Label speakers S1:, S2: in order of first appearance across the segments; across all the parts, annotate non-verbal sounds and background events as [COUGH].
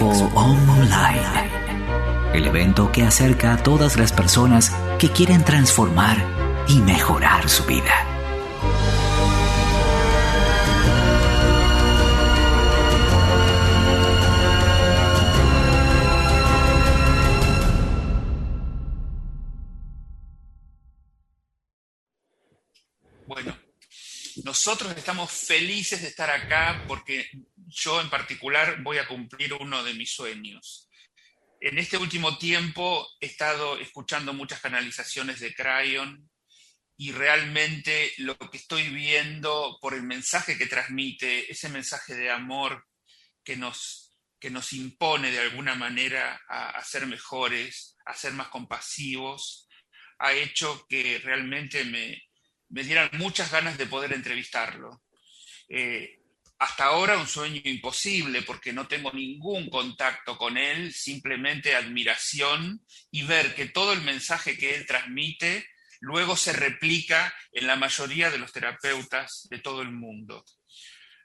S1: o OM Online, el evento que acerca a todas las personas que quieren transformar y mejorar su vida.
S2: Bueno, nosotros estamos felices de estar acá porque yo en particular voy a cumplir uno de mis sueños. En este último tiempo he estado escuchando muchas canalizaciones de Crayon y realmente lo que estoy viendo por el mensaje que transmite, ese mensaje de amor que nos, que nos impone de alguna manera a, a ser mejores, a ser más compasivos, ha hecho que realmente me, me dieran muchas ganas de poder entrevistarlo. Eh, hasta ahora un sueño imposible porque no tengo ningún contacto con él, simplemente admiración y ver que todo el mensaje que él transmite luego se replica en la mayoría de los terapeutas de todo el mundo.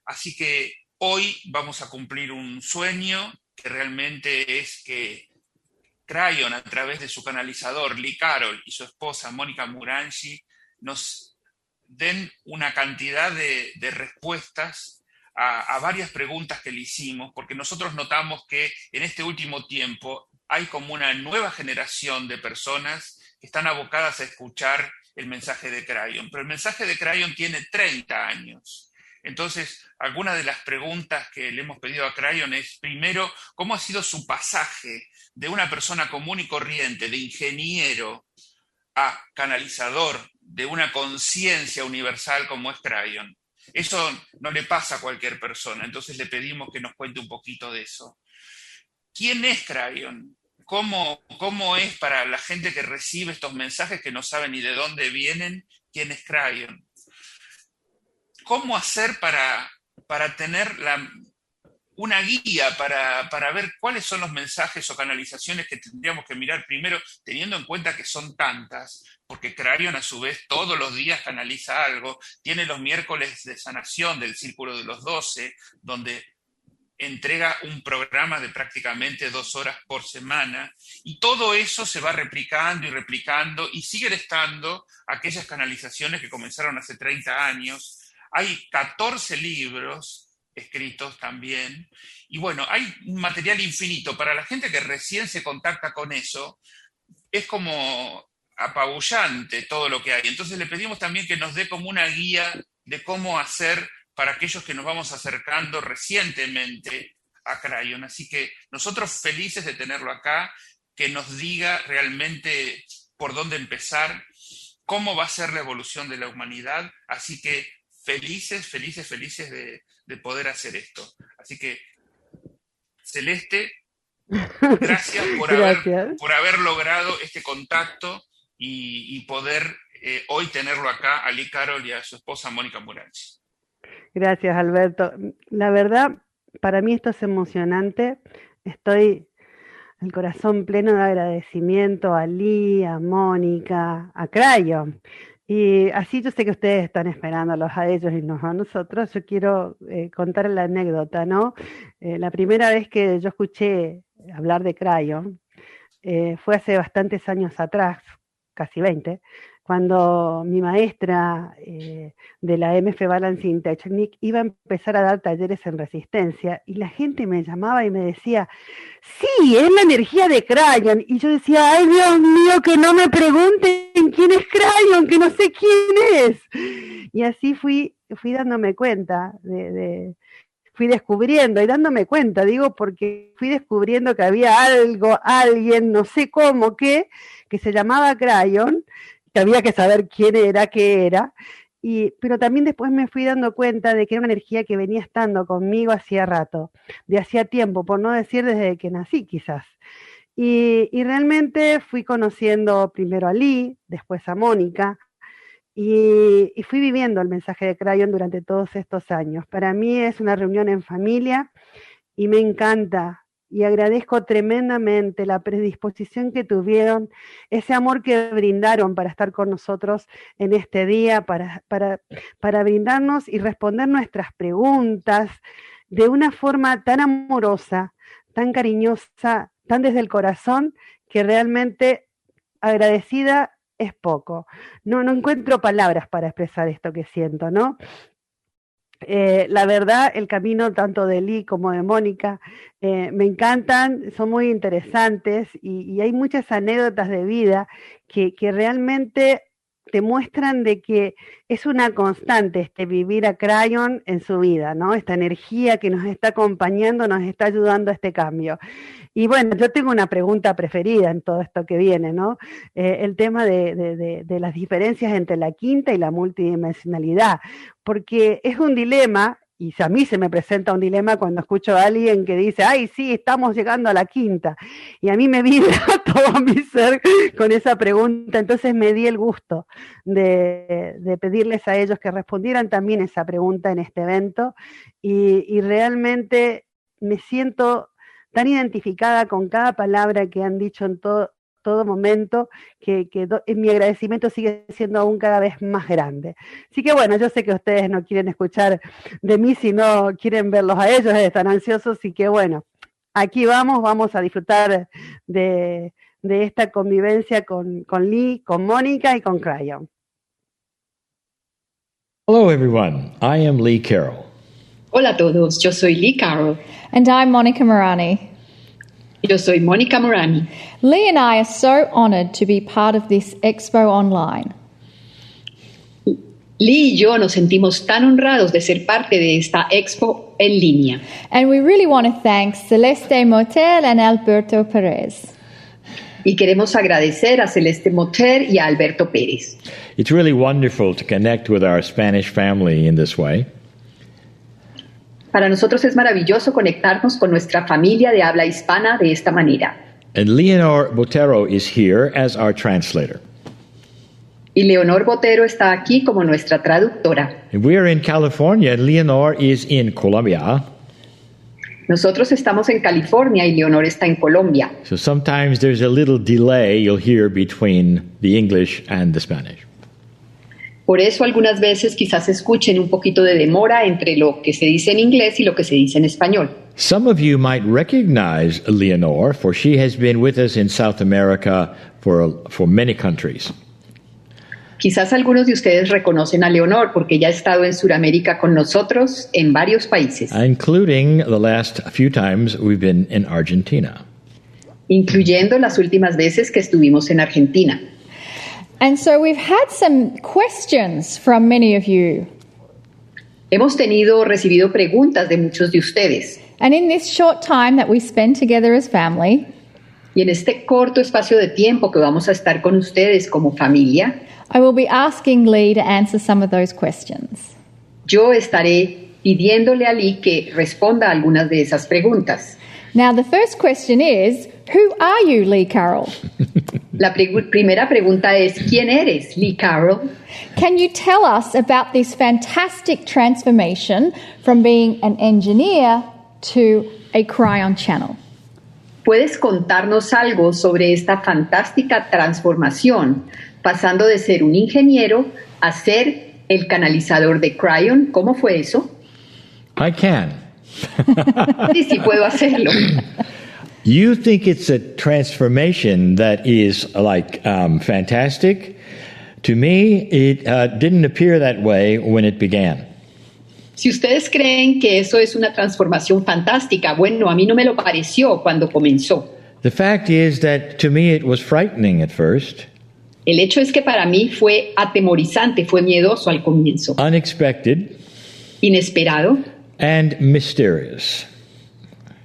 S2: Así que hoy vamos a cumplir un sueño que realmente es que Crayon, a través de su canalizador Lee Carroll y su esposa Mónica Muranchi, nos den una cantidad de, de respuestas a, a, varias preguntas que le hicimos, porque nosotros notamos que en este último tiempo hay como una nueva generación de personas que están abocadas a escuchar el mensaje de Crayon. Pero el mensaje de Crayon tiene 30 años. Entonces, algunas de las preguntas que le hemos pedido a Crayon es, primero, ¿cómo ha sido su pasaje de una persona común y corriente, de ingeniero a canalizador, de una conciencia universal como es Crayon. Eso no le pasa a cualquier persona, entonces le pedimos que nos cuente un poquito de eso. ¿Quién es Crayon? ¿Cómo, ¿Cómo es para la gente que recibe estos mensajes que no sabe ni de dónde vienen? ¿Quién es Crayon? ¿Cómo hacer para, para tener la, una guía para, para ver cuáles son los mensajes o canalizaciones que tendríamos que mirar primero, teniendo en cuenta que son tantas, porque Crayon a su vez todos los días canaliza algo, tiene los miércoles de sanación del Círculo de los Doce, donde entrega un programa de prácticamente dos horas por semana, y todo eso se va replicando y replicando, y siguen estando aquellas canalizaciones que comenzaron hace 30 años. Hay 14 libros escritos también, y bueno, hay un material infinito. Para la gente que recién se contacta con eso, es como apabullante todo lo que hay. Entonces le pedimos también que nos dé como una guía de cómo hacer para aquellos que nos vamos acercando recientemente a Crayon. Así que nosotros felices de tenerlo acá, que nos diga realmente por dónde empezar, cómo va a ser la evolución de la humanidad. Así que felices, felices, felices de, de poder hacer esto. Así que, Celeste, gracias por, gracias. Haber, por haber logrado este contacto. Y, y, poder eh, hoy tenerlo acá a Lee Carol y a su esposa Mónica Muranchi.
S3: Gracias, Alberto. La verdad, para mí esto es emocionante. Estoy el corazón pleno de agradecimiento a Lee, a Mónica, a Crayon. Y así yo sé que ustedes están esperándolos a ellos y no a nosotros. Yo quiero eh, contar la anécdota, ¿no? Eh, la primera vez que yo escuché hablar de Crayon fue hace bastantes años atrás, casi 20, cuando mi maestra eh, de la MF Balancing Technique iba a empezar a dar talleres en resistencia y la gente me llamaba y me decía, sí, es la energía de Crayon. Y yo decía, ay Dios mío, que no me pregunten quién es Crayon, que no sé quién es. Y así fui, fui dándome cuenta de, de fui descubriendo y dándome cuenta, digo, porque fui descubriendo que había algo, alguien, no sé cómo, qué, que se llamaba Crayon, que había que saber quién era, qué era, y, pero también después me fui dando cuenta de que era una energía que venía estando conmigo hacía rato, de hacía tiempo, por no decir desde que nací quizás. Y, y realmente fui conociendo primero a Lee, después a Mónica, y, y, fui viviendo el mensaje de Crayon durante todos estos años. Para mí es una reunión en familia y me encanta y agradezco tremendamente la predisposición que tuvieron, ese amor que brindaron para estar con nosotros en este día, para, para, para brindarnos y responder nuestras preguntas de una forma tan amorosa, tan cariñosa, tan desde el corazón, que realmente agradecida es poco. No, no encuentro palabras para expresar esto que siento, ¿no? Eh, la verdad, el camino tanto de Lee como de Mónica eh, me encantan, son muy interesantes y, y hay muchas anécdotas de vida que, que, realmente te muestran de que es una constante este vivir a Crayon en su vida, ¿no? Esta energía que nos está acompañando, nos está ayudando a este cambio. Y bueno, yo tengo una pregunta preferida en todo esto que viene, ¿no? Eh, el tema de, de, de, de las diferencias entre la quinta y la multidimensionalidad, porque es un dilema, y a mí se me presenta un dilema cuando escucho a alguien que dice, ay, sí, estamos llegando a la quinta. Y a mí me vibra [LAUGHS] todo mi ser con esa pregunta, entonces me di el gusto de, de pedirles a ellos que respondieran también esa pregunta en este evento. Y, y realmente me siento tan identificada con cada palabra que han dicho en todo, todo momento, que, que do, mi agradecimiento sigue siendo aún cada vez más grande. Así que bueno, yo sé que ustedes no quieren escuchar de mí, sino quieren verlos a ellos, están ansiosos, y que bueno, aquí vamos, vamos a disfrutar de, de esta convivencia con, con Lee, con Mónica y con Crayon.
S4: Hello everyone, I am Lee Carroll.
S5: Hola a todos, yo soy Lee Carroll.
S6: And I'm Monica Morani.
S5: Yo soy Monica Morani.
S6: Lee and I are so honored to be part of this expo online.
S5: Lee y yo nos sentimos tan honrados de ser parte de esta expo en línea.
S6: And we really want to thank Celeste Motel and Alberto Perez.
S5: Y queremos agradecer a Celeste Motel y a Alberto Pérez.
S4: It's really wonderful to connect with our Spanish family in this way.
S5: Para nosotros es maravilloso conectarnos con nuestra familia de habla hispana de esta manera.
S4: And Leonor Botero is here as our translator.
S5: Y Leonor Botero está aquí como nuestra traductora.
S4: And we are in California and Leonor is in Colombia.
S5: Nosotros estamos en California y Leonor está en Colombia.
S4: So sometimes there's a little delay you'll hear between the English and the Spanish.
S5: Por eso algunas veces quizás escuchen un poquito de demora entre lo que se dice en inglés y lo que se dice en español.
S4: Some of you might recognize Leonor, for she has been with us in South America for, for many countries.
S5: Quizás algunos de ustedes reconocen a Leonor porque ella ha estado en Sudamérica con nosotros en varios países.
S4: Ah. Including the last few times we've been in Argentina.
S5: Incluyendo las últimas veces que estuvimos en Argentina.
S6: And so we've had some questions from many of you.
S5: Hemos tenido recibido preguntas de muchos de ustedes.
S6: And in this short time that we spend together as family,
S5: y en este corto espacio de tiempo que vamos a estar con ustedes como familia,
S6: I will be asking Lee to answer some of those questions.
S5: Yo estaré pidiéndole a Lee que responda a algunas de esas preguntas.
S6: Now the first question is, who are you, Lee Carroll?
S5: La pregu primera pregunta es ¿quién eres, Lee Carroll?
S6: Can you tell us about this fantastic transformation from being an engineer to a cryon channel?
S5: ¿Puedes contarnos algo sobre esta fantástica transformación pasando de ser un ingeniero a ser el canalizador de cryon? ¿Cómo fue eso?
S4: I can.
S5: sí, sí puedo hacerlo.
S4: You think it's a transformation that is like um, fantastic? To me, it uh, didn't appear that way when it began.
S5: Si ustedes creen que eso es una transformación fantástica, bueno, a mí no me lo pareció cuando comenzó.
S4: The fact is that to me it was frightening at first.
S5: El hecho es que para mí fue atemorizante, fue miedoso al comienzo.
S4: Unexpected.
S5: Inesperado.
S4: And mysterious.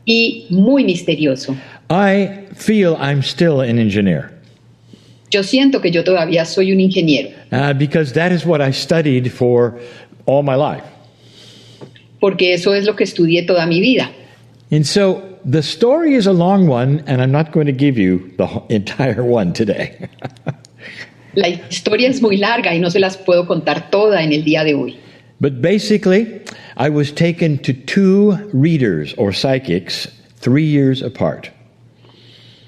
S5: y muy misterioso.
S4: I feel I'm still an engineer.
S5: Yo siento que yo todavía soy un ingeniero.
S4: Uh, because that is what I studied for all my life.
S5: Porque eso es lo que estudié toda mi vida.
S4: And so the story is a long one, and I'm not going to give you the [LAUGHS] entire one today. [LAUGHS]
S5: La historia es muy larga y no se las puedo contar toda en el día de hoy.
S4: But basically, I was taken to two readers or psychics three years apart.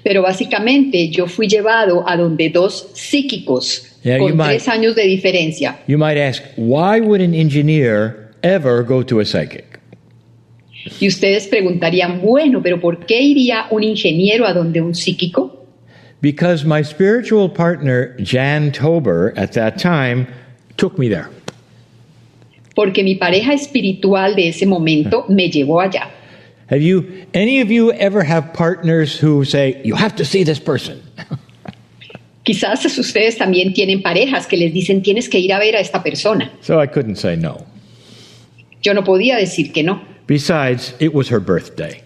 S5: Pero básicamente yo fui llevado a donde dos psíquicos
S4: Yeah, you
S5: con
S4: might-
S5: tres años de diferencia.
S4: You might ask, why would an engineer ever go to a psychic?
S5: Y ustedes preguntarían, bueno, pero ¿por qué iría un ingeniero a donde un psíquico?
S4: Because my spiritual partner, Jan Tober, at that time, took me there.
S5: Porque mi pareja espiritual de ese momento me llevó allá.
S4: Have you, any of you ever have partners who say, you have to see this person?
S5: Quizás ustedes también tienen parejas que les dicen tienes que ir a ver a esta persona.
S4: So I couldn't say no.
S5: Yo no podía decir que no.
S4: Besides, it was her birthday.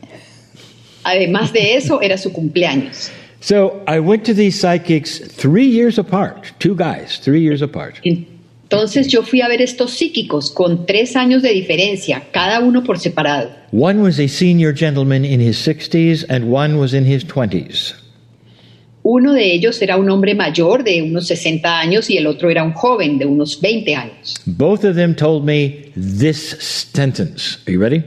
S5: Además de eso, era su cumpleaños.
S4: So I went to these psychics three years apart, two guys, three years apart.
S5: Entonces yo fui a ver estos psíquicos con tres años de diferencia, cada uno por separado.
S4: One was a senior gentleman in his 60s, and one was in his 20s.
S5: Uno de ellos era un hombre mayor de unos 60 años y el otro era un joven de unos 20 años.
S4: Both of them told me this sentence. Are you ready?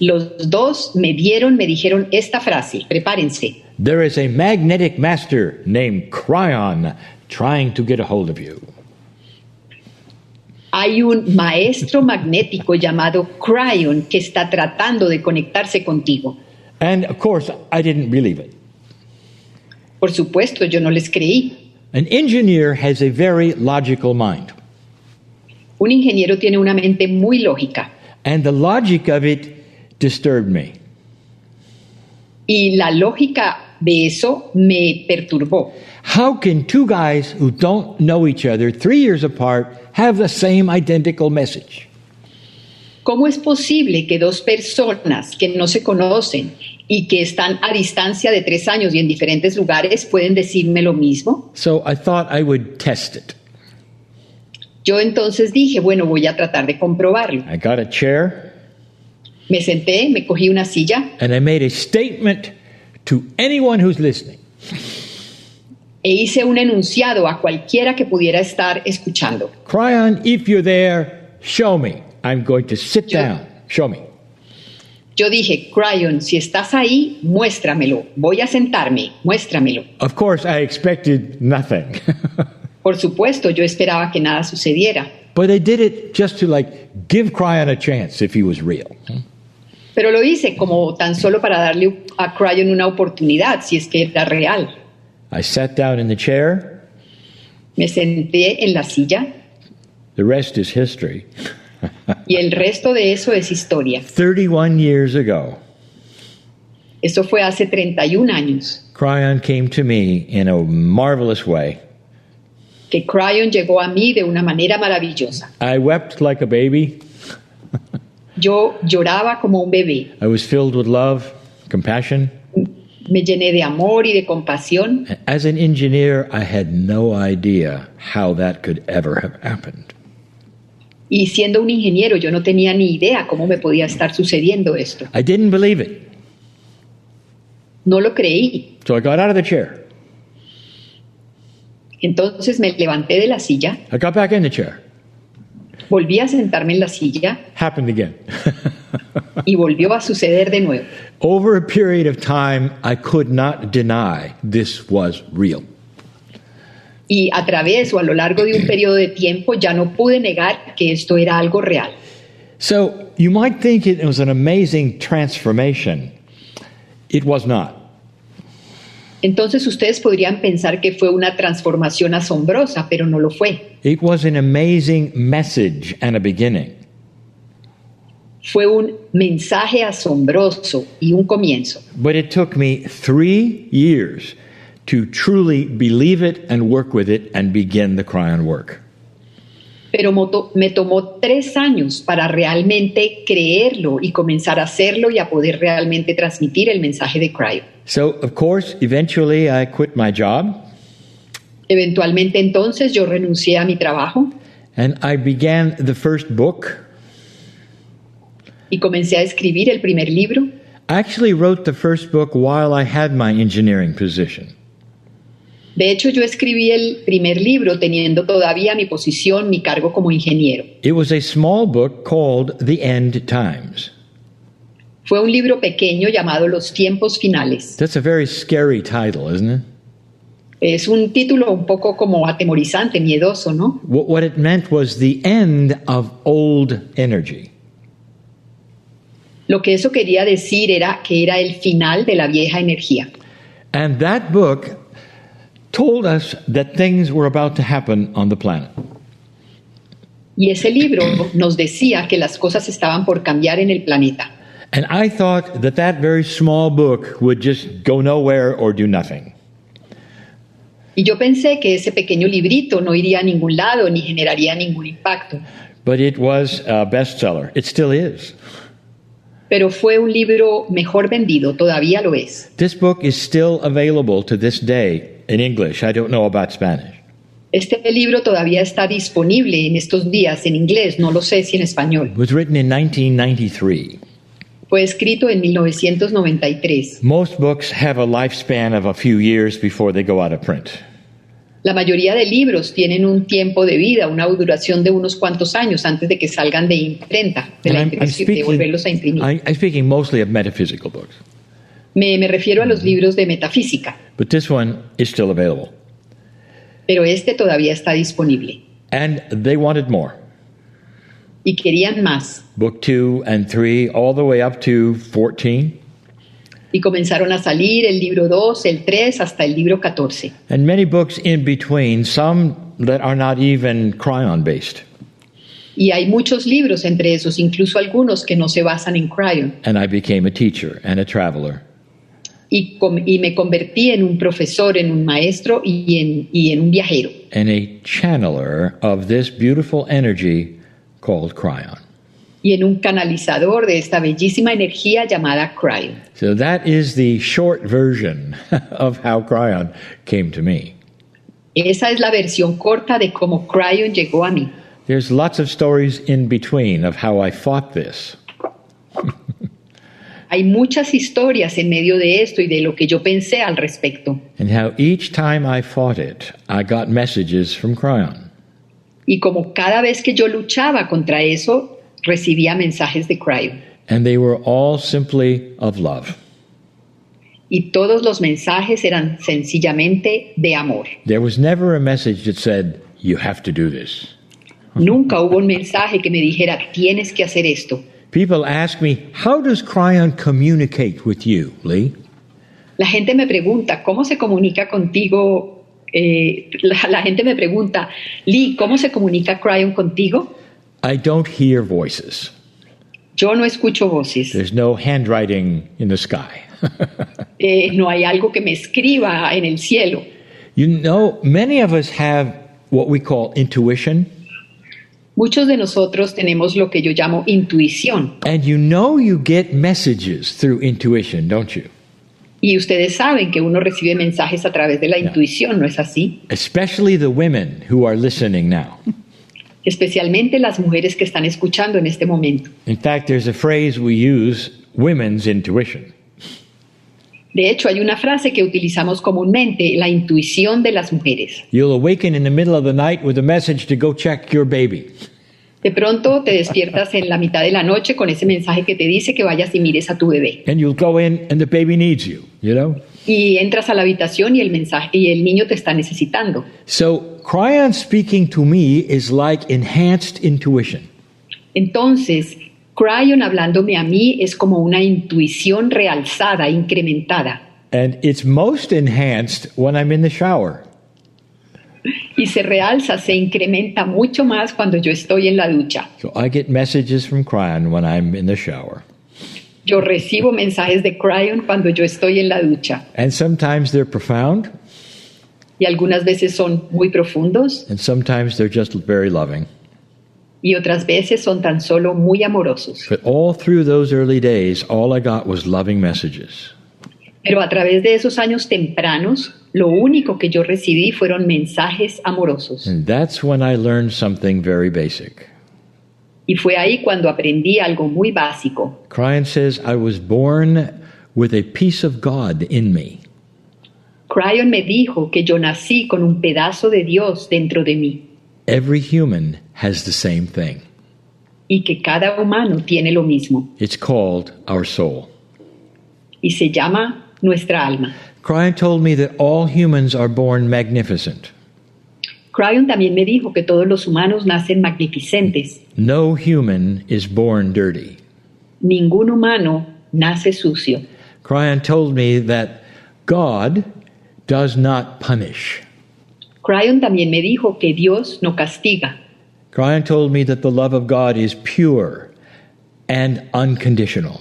S5: Los dos me dieron, me dijeron esta frase, prepárense.
S4: There is a magnetic master named Cryon trying to get a hold of you.
S5: Hay un maestro magnético llamado Cryon que está tratando de conectarse contigo.
S4: And of course, I didn't believe it.
S5: Por supuesto, yo no les creí.
S4: An engineer has a very logical mind,
S5: Un ingeniero tiene una mente muy lógica
S4: and the logic of it disturbed me.
S5: y la lógica de eso me perturbó.
S4: How can two guys who don't know each other, three years apart, have the same identical message?
S5: ¿Cómo es posible que dos personas que no se conocen y que están a distancia de tres años y en diferentes lugares pueden decirme lo mismo?
S4: So I thought I would test it.
S5: Yo entonces dije, bueno, voy a tratar de comprobarlo.
S4: I got a chair
S5: Me senté, me cogí una silla
S4: and I made a statement to anyone who's listening.
S5: e hice un enunciado a cualquiera que pudiera estar escuchando.
S4: Cryon, if you're there, show me. I'm going to sit
S5: Yeah.
S4: down. Show me.
S5: Yo dije, Cryon, si estás ahí, muéstramelo. Voy a sentarme, muéstramelo.
S4: Of course, I expected nothing. [LAUGHS]
S5: Por supuesto, yo esperaba que nada sucediera,
S4: but I did it just to like give Cryon a chance if he was real.
S5: pero lo hice como tan solo para darle a Cryon una oportunidad, si es que era real.
S4: I sat down in the chair.
S5: Me senté en la silla
S4: The rest is history.
S5: y el resto de eso es historia.
S4: 31 years ago,
S5: Eso fue hace 31 años
S4: Cryon came to me in a marvelous way.
S5: que Cryon llegó a mí de una manera maravillosa.
S4: I wept like a baby.
S5: Yo lloraba como un bebé,
S4: I was filled with love, compassion.
S5: me llené de amor y de compasión.
S4: As an engineer, I had no idea how that could ever have happened.
S5: Y siendo un ingeniero, yo no tenía ni idea cómo me podía estar sucediendo esto.
S4: I didn't believe it.
S5: No lo creí.
S4: So I got out of the chair.
S5: Entonces me levanté de la silla,
S4: I got back in the chair.
S5: volví a sentarme en la silla
S4: Happened again. [LAUGHS]
S5: y volvió a suceder de nuevo.
S4: Over a period of time, I could not deny this was real.
S5: Y a través o a lo largo de un periodo de tiempo ya no pude negar que esto era algo real.
S4: So you might think it was an amazing transformation. It was not.
S5: Entonces ustedes podrían pensar que fue una transformación asombrosa, pero no lo fue.
S4: It was an amazing message and a beginning.
S5: Fue un mensaje asombroso y un comienzo.
S4: But it took me three years to truly believe it and work with it and begin the cryon work.
S5: Pero moto- me tomó tres años para realmente creerlo y comenzar a hacerlo y a poder realmente transmitir el mensaje de Cryo.
S4: So, of course, eventually I quit my job
S5: Eventualmente entonces yo renuncié a mi trabajo
S4: and I began the first book.
S5: y comencé a escribir el primer libro.
S4: I actually wrote the first book while I had my engineering position.
S5: De hecho, yo escribí el primer libro teniendo todavía mi posición, mi cargo como ingeniero.
S4: It was a small book called The End Times.
S5: Fue un libro pequeño llamado Los tiempos finales.
S4: That's a very scary title, isn't it?
S5: Es un título un poco como atemorizante, miedoso, ¿no?
S4: What, what it meant was the end of old energy.
S5: Lo que eso quería decir era que era el final de la vieja energía.
S4: And that book told us that things were about to happen on the planet.
S5: Y ese libro nos decía que las cosas estaban por cambiar en el planeta.
S4: And I thought that that very small book would just go nowhere or do nothing.
S5: Y yo pensé que ese pequeño librito no iría a ningún lado ni generaría ningún impacto.
S4: But it was a bestseller. It still is.
S5: Pero fue un libro mejor vendido, todavía lo es.
S4: This book is still available to this day in English. I don't know about Spanish.
S5: Este libro todavía está disponible en estos días en inglés, no lo sé si en español.
S4: It was written in 1993.
S5: Fue escrito en 1993.
S4: Most books have a lifespan of a few years before they go out of print.
S5: La mayoría de libros tienen un tiempo de vida, una duración de unos cuantos años antes de que salgan de imprenta, de, la
S4: And I'm, I'm
S5: impresión- de
S4: speaking,
S5: volverlos a imprimir.
S4: I, I'm speaking mostly of metaphysical books,
S5: Me, me refiero a los libros de metafísica,
S4: but this one is still available.
S5: pero este todavía está disponible.
S4: And they wanted more.
S5: Y querían más.
S4: Book two and three, all the way up to 14.
S5: Y comenzaron a salir el libro 2, el 3, hasta el libro 14.
S4: And many books in between, some that are not even cryon based.
S5: Y hay muchos libros entre esos, incluso algunos que no se basan en Cryon.
S4: And I became a teacher and a traveler.
S5: y, com- y me convertí en un profesor, en un maestro y en, y en un viajero
S4: and a channeler of this beautiful energy called cryon.
S5: y en un canalizador de esta bellísima energía llamada Cryon.
S4: So that is the short version [LAUGHS] of how cryon came to me.
S5: Esa es la versión corta de cómo Cryon llegó a mí.
S4: There's lots of stories in between of how I fought this.
S5: Hay muchas historias en medio de esto y de lo que yo pensé al respecto
S4: And how each time I fought it, I got messages from Cryon.
S5: y como cada vez que yo luchaba contra eso, recibía mensajes de Cryon.
S4: And they were all simply of love.
S5: Y todos los mensajes eran sencillamente de amor.
S4: There was never a message that said, You have to do this.
S5: Nunca hubo un mensaje que me dijera, tienes que hacer esto.
S4: People ask me, How does Cryon communicate with you, Lee?
S5: La gente me pregunta, ¿cómo se comunica contigo? Eh, la, la gente me pregunta, Lee, ¿cómo se comunica Cryon contigo?
S4: I don't hear voices.
S5: Yo no escucho voces,
S4: There's no handwriting in the sky. [LAUGHS]
S5: eh, no hay algo que me escriba en el cielo.
S4: you know, many of us have what we call intuition,
S5: Muchos de nosotros tenemos lo que yo llamo intuición
S4: and you know you get messages through intuition, don't you?
S5: y ustedes saben que uno recibe mensajes a través de la intuición, ¿no es así?
S4: Especially the women who are listening now.
S5: Especialmente las mujeres que están escuchando en este momento.
S4: In fact, there's a phrase we use women's intuition.
S5: De hecho, hay una frase que utilizamos comúnmente, la intuición de las mujeres.
S4: You'll awaken in the middle of the night with a message to go check your baby.
S5: De pronto te despiertas en la mitad de la noche con ese mensaje que te dice que vayas y mires a tu bebé.
S4: And you'll go in, and the baby needs you, you know?
S5: Y entras a la habitación y el mensaje y el niño te está necesitando.
S4: So, Cryon speaking to me is like enhanced intuition.
S5: Entonces, Cryon hablándome a mí es como una intuición realzada, incrementada.
S4: And it's most enhanced when I'm in the shower.
S5: Y se realza, se incrementa mucho más cuando yo estoy en la ducha.
S4: So I get messages from Cryon when I'm in the shower.
S5: Yo recibo mensajes de Cryon cuando yo estoy en la ducha.
S4: And sometimes they're profound,
S5: Y algunas veces son muy profundos
S4: and sometimes they're just very loving.
S5: y otras veces son tan solo muy amorosos.
S4: But all through those early days, all I got was loving messages.
S5: Pero a través de esos años tempranos, lo único que yo recibí fueron mensajes amorosos.
S4: And that's when I learned something very basic.
S5: Y fue ahí cuando aprendí algo muy básico.
S4: Cryon says, I was born with a piece of God in me.
S5: Cryon me dijo que yo nací con un pedazo de Dios dentro de mí
S4: Every human has the same thing.
S5: y que cada humano tiene lo mismo
S4: It's called our soul.
S5: y se llama nuestra alma.
S4: Cryon told me that all humans are born magnificent.
S5: Cryon también me dijo que todos los humanos nacen magnificentes.
S4: No human is born dirty.
S5: ningún humano nace sucio.
S4: Cryon told me that God does not punish.
S5: Cryon también me dijo que Dios no castiga.
S4: Cryon told me that the love of God is pure and unconditional.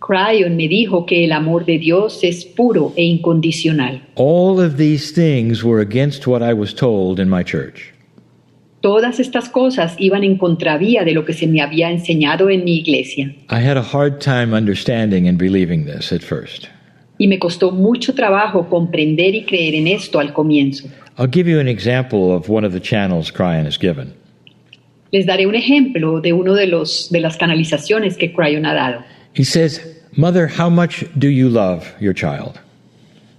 S5: Cryon me dijo que el amor de Dios es puro e incondicional.
S4: All of these things were against what I was told in my church.
S5: Todas estas cosas iban en contravía de lo que se me había enseñado en mi iglesia
S4: I had a hard time understanding and believing this at first.
S5: y me costó mucho trabajo comprender y creer en esto al comienzo.
S4: I'll give you an example of one of the channels Cryon has given.
S5: Les daré un ejemplo de uno de los de las canalizaciones que Cryon ha dado.
S4: He says, Mother, how much do you love your child?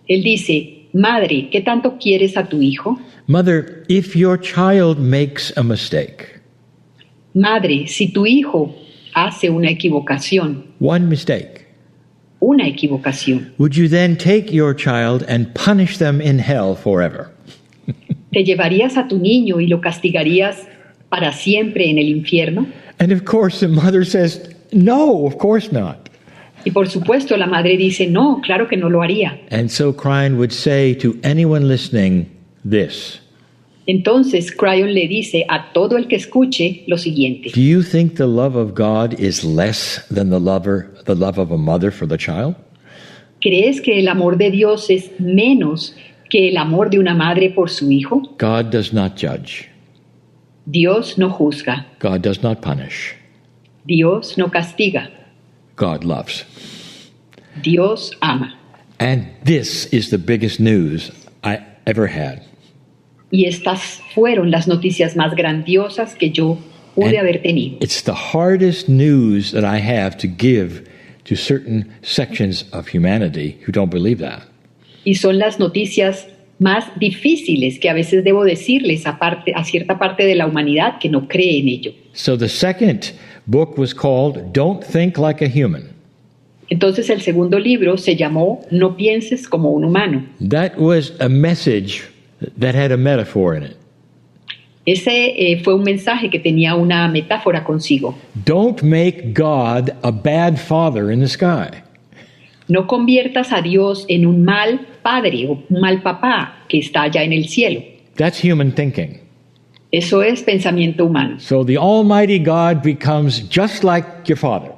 S5: Él dice, "Madre, ¿qué tanto quieres a tu hijo?
S4: Mother, if your child makes a mistake,
S5: Madre, si tu hijo hace una equivocación,
S4: one mistake,
S5: una equivocación,
S4: would you then take your child and punish them in hell forever?
S5: ¿te llevarías a tu niño y lo castigarías para siempre en el infierno?"
S4: And of course, the mother says, No, of course not.
S5: Y por supuesto, la madre dice, "No, claro que no lo haría."
S4: And so Cryon would say to anyone listening this
S5: Entonces, Cryon le dice a todo el que escuche lo siguiente:
S4: Do you think the love of God is less than the, lover, the love of a mother for the child?
S5: ¿Crees que el amor de Dios es menos que el amor de una madre por su hijo?
S4: God does not judge,
S5: Dios no juzga,
S4: God does not punish,
S5: Dios no castiga,
S4: God loves.
S5: Dios ama.
S4: And this is the biggest news I ever had.
S5: Y estas fueron las noticias más grandiosas que yo pude haber tenido.
S4: It's the hardest news that I have to give to certain sections of humanity who don't believe that.
S5: Y son las noticias más difíciles que a veces debo decirles a, parte- a cierta parte de la humanidad que no cree en ello.
S4: So the second book was called Don't Think Like a Human.
S5: Entonces el segundo libro se llamó No pienses como un humano.
S4: That was a message that had a metaphor in it.
S5: Ese eh, fue un mensaje que tenía una metáfora consigo.
S4: Don't make God a bad father in the sky.
S5: No conviertas a Dios en un mal padre o un mal papá que está allá en el cielo.
S4: That's human thinking.
S5: Eso es pensamiento humano,
S4: So the Almighty God becomes just like your father.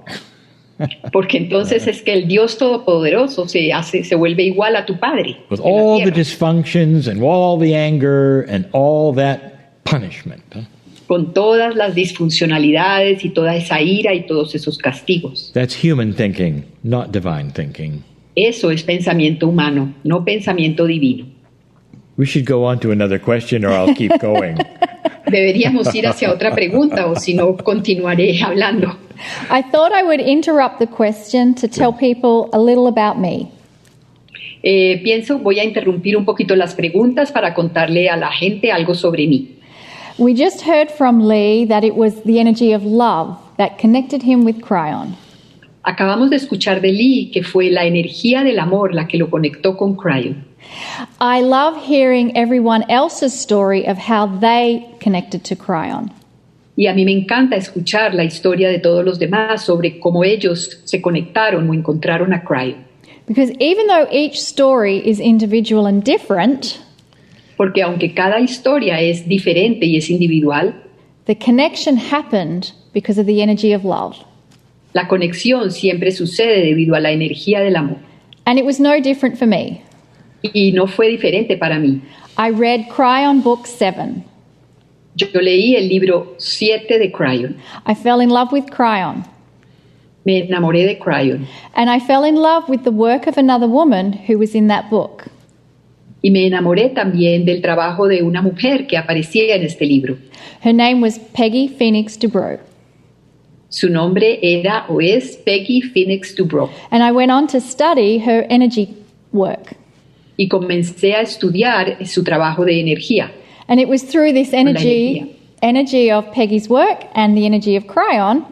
S5: porque entonces es que el Dios todopoderoso se hace se vuelve igual a tu padre.
S4: with
S5: en la
S4: all the
S5: tierra,
S4: dysfunctions and all the anger and all that punishment. huh?
S5: con todas las disfuncionalidades y toda esa ira y todos esos castigos.
S4: That's human thinking, not divine thinking.
S5: Eso es pensamiento humano, no pensamiento divino.
S4: We should go on to another question or I'll
S5: [LAUGHS]
S4: keep going.
S5: Deberíamos ir hacia otra pregunta o si no continuaré hablando.
S6: [LAUGHS] I thought I would interrupt the question to tell people a little about me.
S5: Eh, pienso, voy a interrumpir un poquito las preguntas para contarle a la gente algo sobre mí.
S6: We just heard from Lee that it was the energy of love that connected him with Cryon.
S5: Acabamos de escuchar de Lee que fue la energía del amor la que lo conectó con Cryon.
S6: I love hearing everyone else's story of how they connected to Cryon.
S5: Y a mí me encanta escuchar la historia de todos los demás sobre cómo ellos se conectaron o encontraron a Cryon.
S6: Because even though each story is individual and different,
S5: Porque aunque cada historia es diferente y es individual,
S6: the connection happened because of the energy of love.
S5: la conexión siempre sucede debido a la energía del amor.
S6: And it was no different for me.
S5: Y no fue diferente para mí.
S6: I read Cryon Book 7.
S5: Yo leí el libro 7 de Cryon.
S6: I fell in love with Cryon.
S5: Me enamoré de Cryon.
S6: And I fell in love with the work of another woman who was in that book.
S5: Y me enamoré también del trabajo de una mujer que aparecía en este libro.
S6: Her name was Peggy Phoenix Dubrow.
S5: Su nombre era o es Peggy Phoenix Dubrow.
S6: And I went on to study her energy work.
S5: Y comencé a estudiar su trabajo de energía.
S6: And it was through this
S5: idea.
S6: energy, energy of Peggy's work and the energy of Cryon,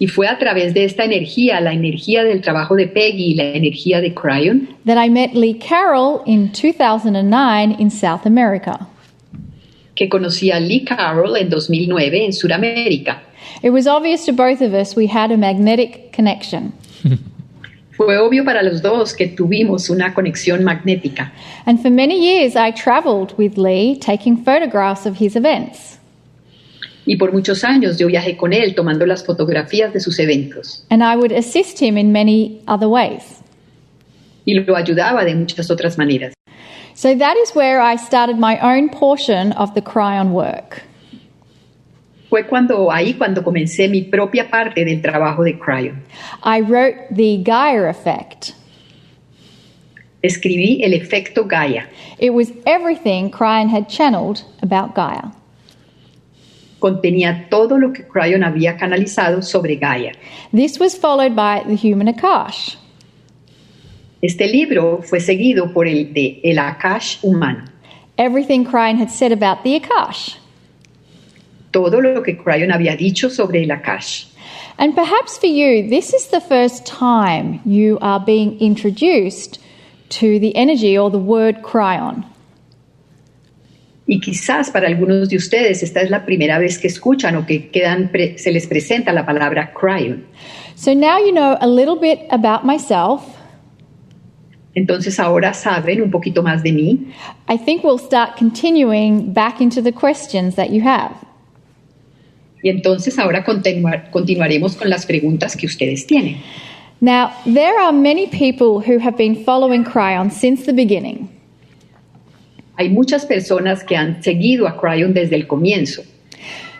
S5: Y fue a través de esta energía, la energía del trabajo de Peggy y la energía de Cryon,
S6: that I met Lee Carroll in 2009 in South America.
S5: que conocí a Lee Carroll en 2009 en Sudamérica.
S6: It was obvious to both of us we had a magnetic connection.
S5: Fue obvio para los dos que tuvimos una conexión magnética.
S6: And for many years, I traveled with Lee, taking photographs of his events.
S5: Y por muchos años yo viajé con él tomando las fotografías de sus eventos.
S6: And I would assist him in many other ways.
S5: Y lo ayudaba de muchas otras maneras.
S6: So that is where I started my own portion of the Cryon work.
S5: Fue cuando ahí cuando comencé mi propia parte del trabajo de Cryon.
S6: I wrote the Gaia effect.
S5: Escribí el efecto Gaia.
S6: It was everything Cryon had channeled about Gaia.
S5: Contenía todo lo que Cryon había canalizado sobre Gaia.
S6: This was followed by the human Akash.
S5: Este libro fue seguido por el de El Akash humano.
S6: Everything Cryon had said about the Akash.
S5: Todo lo que Cryon había dicho sobre el Akash.
S6: And perhaps for you, this is the first time you are being introduced to the energy or the word cryon.
S5: Y quizás para algunos de ustedes esta es la primera vez que escuchan o que quedan pre- se les presenta la palabra cryon.
S6: So now you know a little bit about myself.
S5: Entonces ahora saben un poquito más de mí.
S6: I think we'll start continuing back into the questions that you have.
S5: Y entonces ahora continuar- continuaremos con las preguntas que ustedes tienen.
S6: Now, there are many people who have been following cryon since the beginning.
S5: Hay muchas personas que han seguido a Cryon desde el comienzo,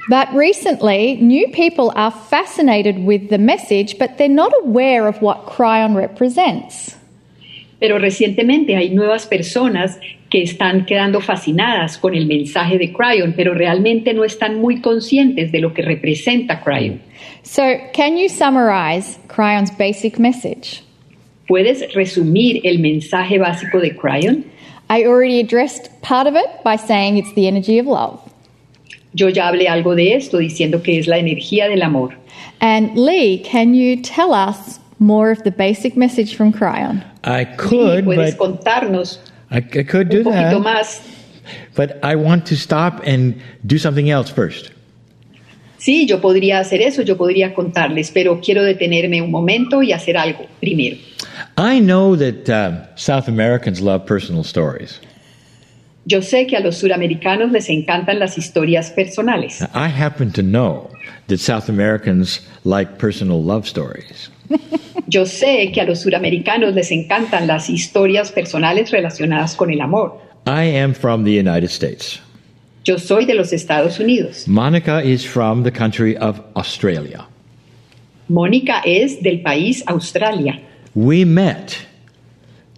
S6: But recently, new people are fascinated with the message, but they're not aware of what cryon represents.
S5: pero recientemente hay nuevas personas que están quedando fascinadas con el mensaje de Cryon, pero realmente no están muy conscientes de lo que representa Cryon.
S6: So, can you summarize cryon's basic message?
S5: ¿Puedes resumir el mensaje básico de Cryon?
S6: I already addressed part of it by saying it's the energy of love.
S5: Yo ya hablé algo de esto diciendo que es la energía del amor.
S6: And Lee, can you tell us more of the basic message from Cryon?
S4: I
S5: Y
S4: could,
S5: puedes
S4: but
S5: contarnos
S4: I, I could
S5: un
S4: do
S5: poquito
S4: that.
S5: más.
S4: But I want to stop and do something else first.
S5: Sí, yo podría hacer eso, yo podría contarles, pero quiero detenerme un momento y hacer algo primero.
S4: I know that um South Americans love personal stories.
S5: Yo sé que a los suramericanos les encantan las historias personales.
S4: I happen to know that South Americans like personal love stories.
S5: Yo sé que a los suramericanos les encantan las historias personales relacionadas con el amor.
S4: I am from the United States.
S5: Yo soy de los Estados Unidos.
S4: Monica is from the country of Australia.
S5: Mónica es del país Australia
S4: We met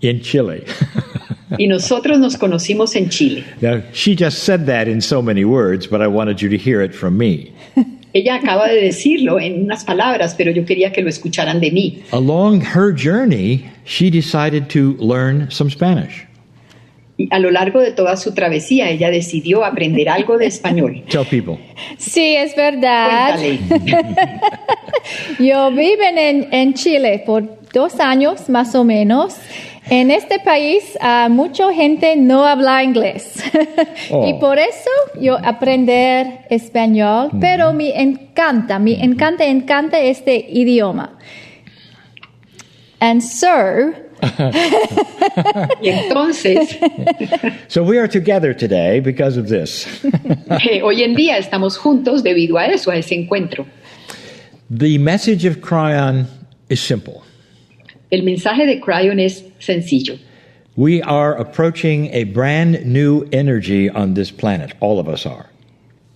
S4: in Chile. [LAUGHS]
S5: y nosotros nos conocimos en Chile.
S4: now, she just said that in so many words, but I wanted you to hear it from me.
S5: Ella acaba de decirlo en unas palabras, pero yo quería que lo escucharan de mí.
S4: Along her journey, she decided to learn some Spanish.
S5: Y a lo largo de toda su travesía, ella decidió aprender algo de español.
S4: Tell people.
S6: Sí, es verdad.
S5: Cuéntale.
S6: Yo viven en, en Chile por dos años más o menos. En este país ah, mucha gente no habla inglés. [LAUGHS]
S4: Oh.
S6: Y por eso yo aprender español, pero me encanta, me encanta, encanta este idioma. And so,
S5: Y entonces,
S4: So we are together today because of this. [LAUGHS]
S5: eh, hoy en día estamos juntos debido a eso, a ese encuentro.
S4: The message of Cryon is simple.
S5: El mensaje de Cryon es sencillo.
S4: We are approaching a brand new energy on this planet. All of us are.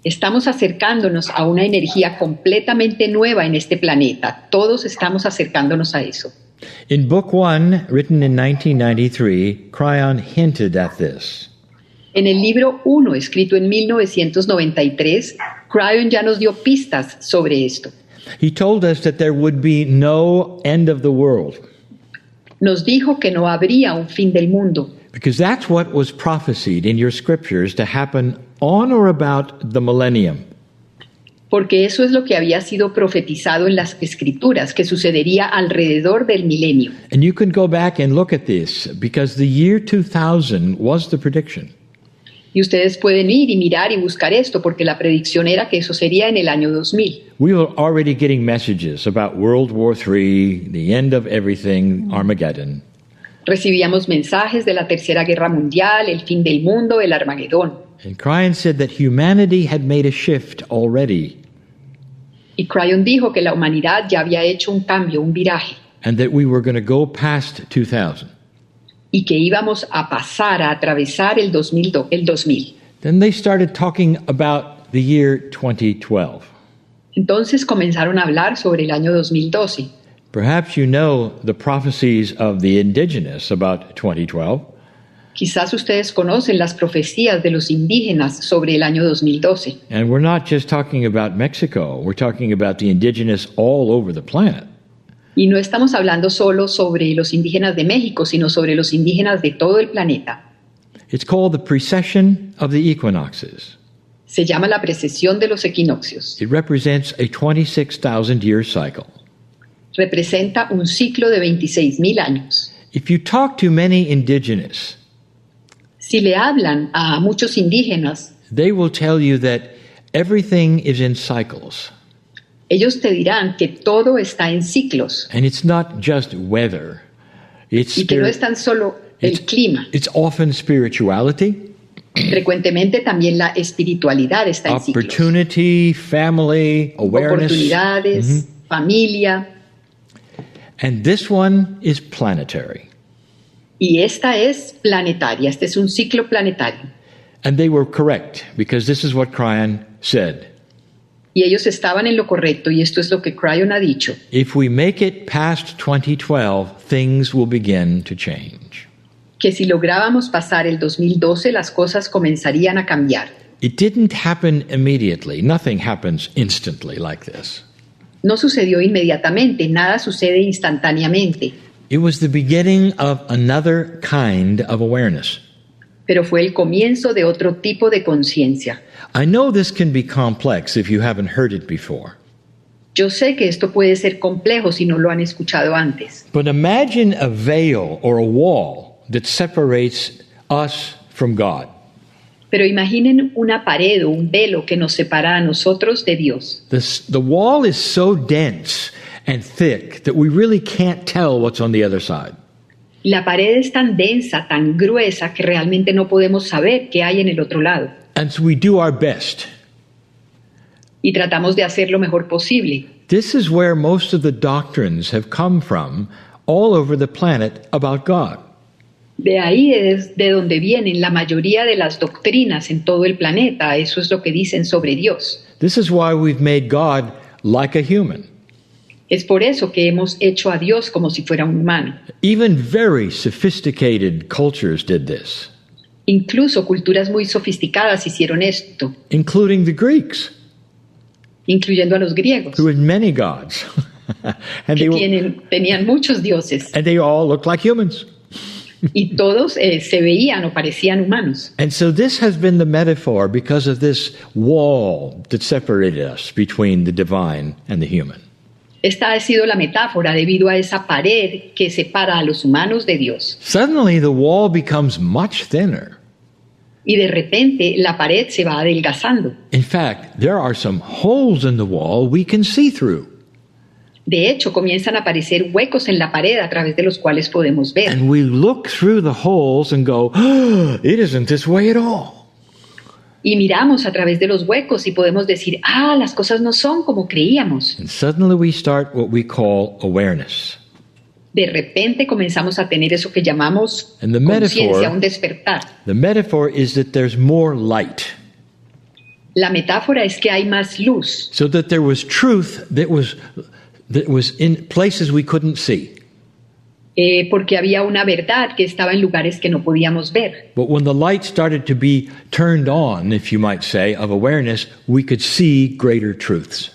S5: Estamos acercándonos a una energía completamente nueva en este planeta. Todos estamos acercándonos a eso.
S4: In Book One, written in 1993, Cryon hinted at this.
S5: En el libro 1, escrito en 1993, Cryon ya nos dio pistas sobre esto.
S4: He told us that there would be no end of the world
S5: Nos dijo que no habría un fin del mundo,
S4: because that's what was prophesied in your scriptures to happen on or about the millennium.
S5: porque eso es lo que había sido profetizado en las escrituras, que sucedería alrededor del milenio.
S4: And you can go back and look at this because the year 2000 was the prediction.
S5: Y ustedes pueden ir y mirar y buscar esto, porque la predicción era que eso sería en el año 2000.
S4: We were already getting messages about World War III, the end of everything, Armageddon.
S5: Recibíamos mensajes de la Tercera Guerra Mundial, el fin del mundo, el Armagedón.
S4: And Cryan said that humanity had made a shift already
S5: Y Cryon dijo que la humanidad ya había hecho un cambio, un viraje,
S4: and that we were going to go past 2000.
S5: y que íbamos a pasar a atravesar el 2000. do- El 2000.
S4: Then they started talking about the year 2012.
S5: Entonces comenzaron a hablar sobre el año 2012.
S4: Perhaps you know the prophecies of the indigenous about 2012.
S5: Quizás ustedes conocen las profecías de los indígenas sobre el año 2012.
S4: And we're not just talking about Mexico, we're talking about the indigenous all over the planet.
S5: Y no estamos hablando solo sobre los indígenas de México, sino sobre los indígenas de todo el planeta.
S4: It's called the precession of the equinoxes.
S5: Se llama la precesión de los equinoccios.
S4: It represents a 26,000 year cycle.
S5: Representa un ciclo de 26.000 años.
S4: If you talk to many indigenous,
S5: Si le hablan a muchos indígenas,
S4: they will tell you that everything is in cycles.
S5: ellos te dirán que todo está en ciclos
S4: And it's not just weather, it's,
S5: y que no
S4: spiri-
S5: es tan solo el
S4: It's- [CLEARS THROAT]
S5: clima.
S4: it's often spirituality,
S5: Frecuentemente también la espiritualidad está en ciclos.
S4: opportunity, family, awareness. Mm-hmm.
S5: Oportunidades, familia,
S4: And this one is planetary.
S5: Y esta es planetaria, este es un ciclo planetario.
S4: And they were correct because this is what Cryan said.
S5: Y ellos estaban en lo correcto y esto es lo que Cryon ha dicho.
S4: If we make it past 2012, things will begin to change.
S5: Que si lográbamos pasar el 2012 las cosas comenzarían a cambiar.
S4: It didn't happen immediately. Nothing happens instantly like this.
S5: No sucedió inmediatamente, nada sucede instantáneamente,
S4: It was the beginning of another kind of awareness.
S5: pero fue el comienzo de otro tipo de conciencia.
S4: I know this can be complex if you haven't heard it before,
S5: Yo sé que esto puede ser complejo si no lo han escuchado antes,
S4: but imagine a veil or a wall that separates us from God.
S5: pero imaginen una pared o un velo que nos separa a nosotros de Dios.
S4: This, the wall is so dense and thick that we really can't tell what's on the other side.
S5: La pared es tan densa, tan gruesa, que realmente no podemos saber qué hay en el otro lado.
S4: And so we do our best.
S5: y tratamos de hacer lo mejor posible.
S4: This is where most of the doctrines have come from all over the planet about God.
S5: De ahí es de donde vienen la mayoría de las doctrinas en todo el planeta, eso es lo que dicen sobre Dios.
S4: This is why we've made God like a human.
S5: Es por eso que hemos hecho a Dios como si fuera un humano.
S4: Even very sophisticated cultures did this,
S5: Incluso culturas muy sofisticadas hicieron esto,
S4: including the Greeks,
S5: incluyendo a los griegos,
S4: who had many gods. [LAUGHS] and,
S5: que
S4: they were-
S5: tienen, tenían muchos dioses
S4: and they all looked like humans.
S5: y todos eh, se veían o parecían humanos.
S4: And so this has been the metaphor because of this wall that separated us between the divine and the human.
S5: Esta ha sido la metáfora debido a esa pared que separa a los humanos de Dios.
S4: Suddenly the wall becomes much thinner.
S5: Y de repente la pared se va adelgazando.
S4: In fact, there are some holes in the wall we can see through,
S5: De hecho, comienzan a aparecer huecos en la pared a través de los cuales podemos ver.
S4: and we look through the holes and go, [GASPS] "It isn't this way at all."
S5: Y miramos a través de los huecos y podemos decir, ah, las cosas no son como creíamos.
S4: And suddenly we start what we call awareness.
S5: De repente comenzamos a tener eso que llamamos
S4: And the metaphor-
S5: conciencia, un despertar.
S4: The metaphor is that there's more light,
S5: La metáfora es que hay más luz,
S4: so that there was truth that was that was in places we couldn't see.
S5: eh, porque había una verdad que estaba en lugares que no podíamos ver.
S4: But when the light started to be turned on, if you might say, of awareness, we could see greater truths.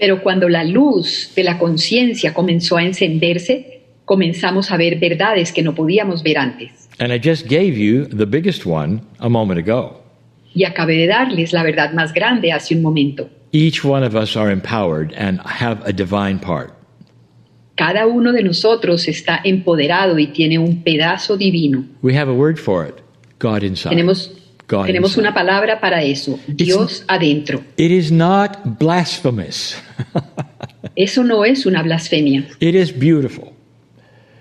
S5: Pero cuando la luz de la conciencia comenzó a encenderse, comenzamos a ver verdades que no podíamos ver antes.
S4: And I just gave you the biggest one a moment ago.
S5: Y acabé de darles la verdad más grande hace un momento.
S4: Each one of us are empowered and have a divine part.
S5: Cada uno de nosotros está empoderado y tiene un pedazo divino.
S4: We have a word for it God inside.
S5: Tenemos
S4: God
S5: Tenemos
S4: inside.
S5: una palabra para eso, Dios adentro.
S4: It is not blasphemous.
S5: Eso no es una blasfemia,
S4: It is beautiful.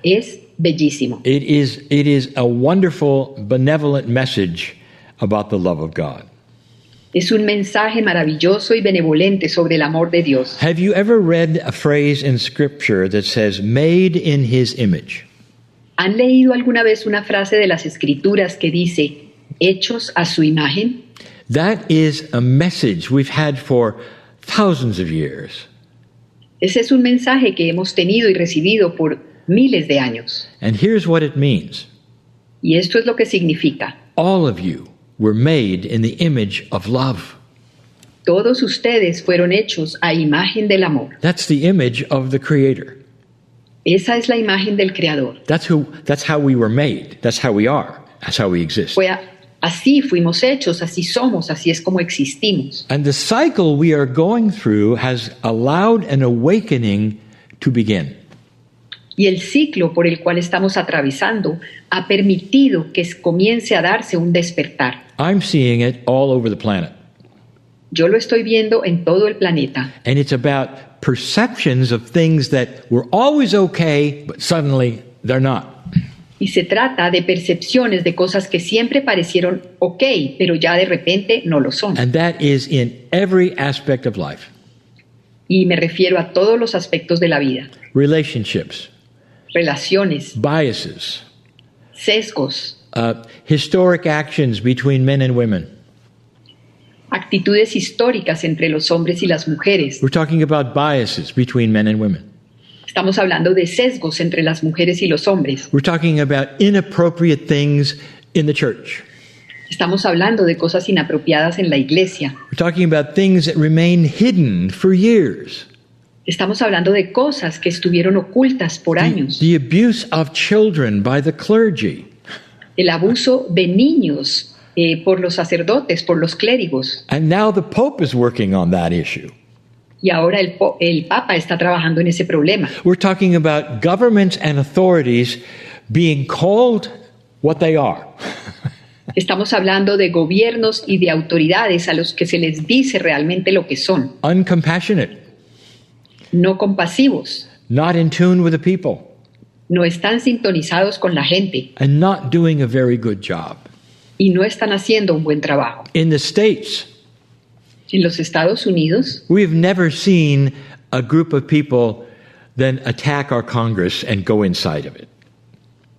S5: es bellísimo.
S4: It is, it is a wonderful, benevolent message about the love of God.
S5: Es un mensaje maravilloso y benevolente sobre el amor de Dios.
S4: Have you ever read a phrase in Scripture that says, made in his image?
S5: ¿Han leído alguna vez una frase de las Escrituras que dice, hechos a su imagen?
S4: That is a message we've had for thousands of years.
S5: Ese es un mensaje que hemos tenido y recibido por miles de años.
S4: And here's what it means
S5: Y esto es lo que significa.
S4: all of you were made in the image of love.
S5: Todos ustedes fueron hechos a imagen del amor.
S4: That's the image of the Creator.
S5: Esa es la imagen del Creador.
S4: That's, who, that's how we were made. That's how we are. That's how we exist.
S5: Fue a- así fuimos hechos, así somos, así es como existimos.
S4: And the cycle we are going through has allowed an awakening to begin.
S5: Y el ciclo por el cual estamos atravesando ha permitido que s- comience a darse un despertar.
S4: I'm seeing it all over the planet.
S5: Yo lo estoy viendo en todo el planeta.
S4: And it's about perceptions of things that were always okay, but suddenly they're not.
S5: Y se trata de percepciones de cosas que siempre parecieron ok, pero ya de repente no lo son.
S4: And that is in every aspect of life
S5: Y me refiero a todos los aspectos de la vida.
S4: relationships,
S5: Relaciones,
S4: biases,
S5: sesgos,
S4: uh, historic actions between men and women.
S5: actitudes históricas entre los hombres y las mujeres.
S4: We're talking about biases between men and women.
S5: Estamos hablando de sesgos entre las mujeres y los hombres.
S4: We're talking about inappropriate things in the church.
S5: Estamos hablando de cosas inapropiadas en la iglesia.
S4: We're talking about things that remain hidden for years.
S5: Estamos hablando de cosas que estuvieron ocultas por
S4: The,
S5: años.
S4: the abuse of children by the clergy.
S5: El abuso de niños eh, por los sacerdotes, por los clérigos.
S4: And now the Pope is working on that issue.
S5: Y ahora el, po- el Papa está trabajando en ese problema.
S4: We're talking about governments and authorities being called what they are.
S5: Estamos hablando de gobiernos y de autoridades a los que se les dice realmente lo que son.
S4: Uncompassionate,
S5: No compasivos,
S4: not in tune with the people,
S5: no están sintonizados con la gente
S4: and not doing a very good job.
S5: y no están haciendo un buen trabajo.
S4: In the States,
S5: En los Estados Unidos
S4: we have never seen a group of people then attack our Congress and go inside of it.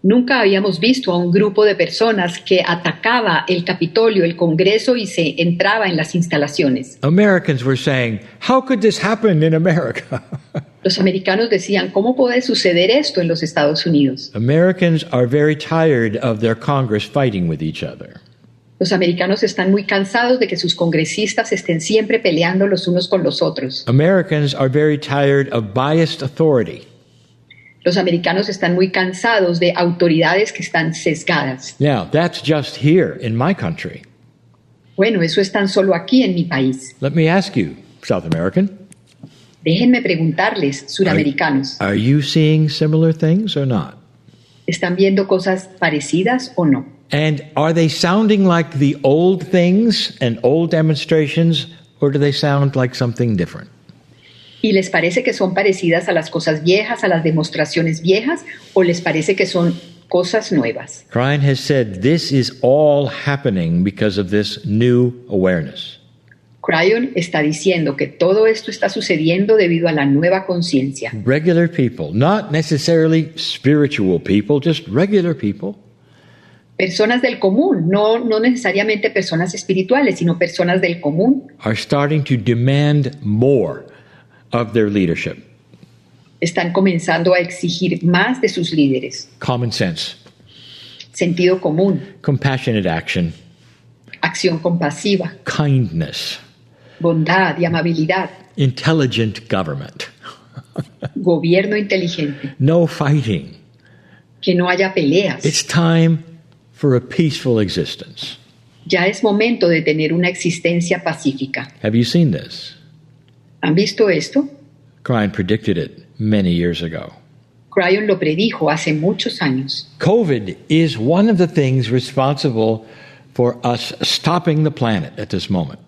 S5: nunca habíamos visto a un grupo de personas que atacaba el Capitolio, el Congreso y se entraba en las instalaciones.
S4: Americans were saying, How could this happen in America? [LAUGHS]
S5: Los americanos decían, ¿cómo puede suceder esto en los Estados Unidos?
S4: Americans are very tired of their Congress fighting with each other.
S5: Los americanos están muy cansados de que sus congresistas estén siempre peleando los unos con los otros.
S4: Americans are very tired of biased authority.
S5: Los americanos están muy cansados de autoridades que están sesgadas.
S4: Now, that's just here in my country.
S5: Bueno, eso es tan solo aquí en mi país.
S4: Let me ask you, South American,
S5: Déjenme preguntarles, suramericanos,
S4: are you seeing similar things or not?
S5: ¿están viendo cosas parecidas o no?
S4: And are they sounding like the old things and old demonstrations, or do they sound like something different?
S5: ¿Y les parece que son parecidas a las cosas viejas, a las demostraciones viejas, o les parece que son cosas nuevas?
S4: Brian has said this is all happening because of this new awareness.
S5: Cryon está diciendo que todo esto está sucediendo debido a la nueva conciencia.
S4: Regular people, not necessarily spiritual people, just regular people,
S5: Personas del común, no, no necesariamente personas espirituales, sino personas del común,
S4: are starting to demand more of their leadership.
S5: están comenzando a exigir más de sus líderes.
S4: Common sense,
S5: Sentido común,
S4: compassionate action,
S5: acción compasiva,
S4: kindness,
S5: bondad y amabilidad,
S4: intelligent government,
S5: gobierno inteligente,
S4: no fighting.
S5: que no haya peleas.
S4: It's time for a peaceful existence.
S5: Ya es momento de tener una existencia pacífica.
S4: Have you seen this?
S5: ¿Han visto esto?
S4: Crine predicted it many years ago.
S5: Cryon lo predijo hace muchos años.
S4: COVID is one of the things responsible for us stopping the planet at this moment.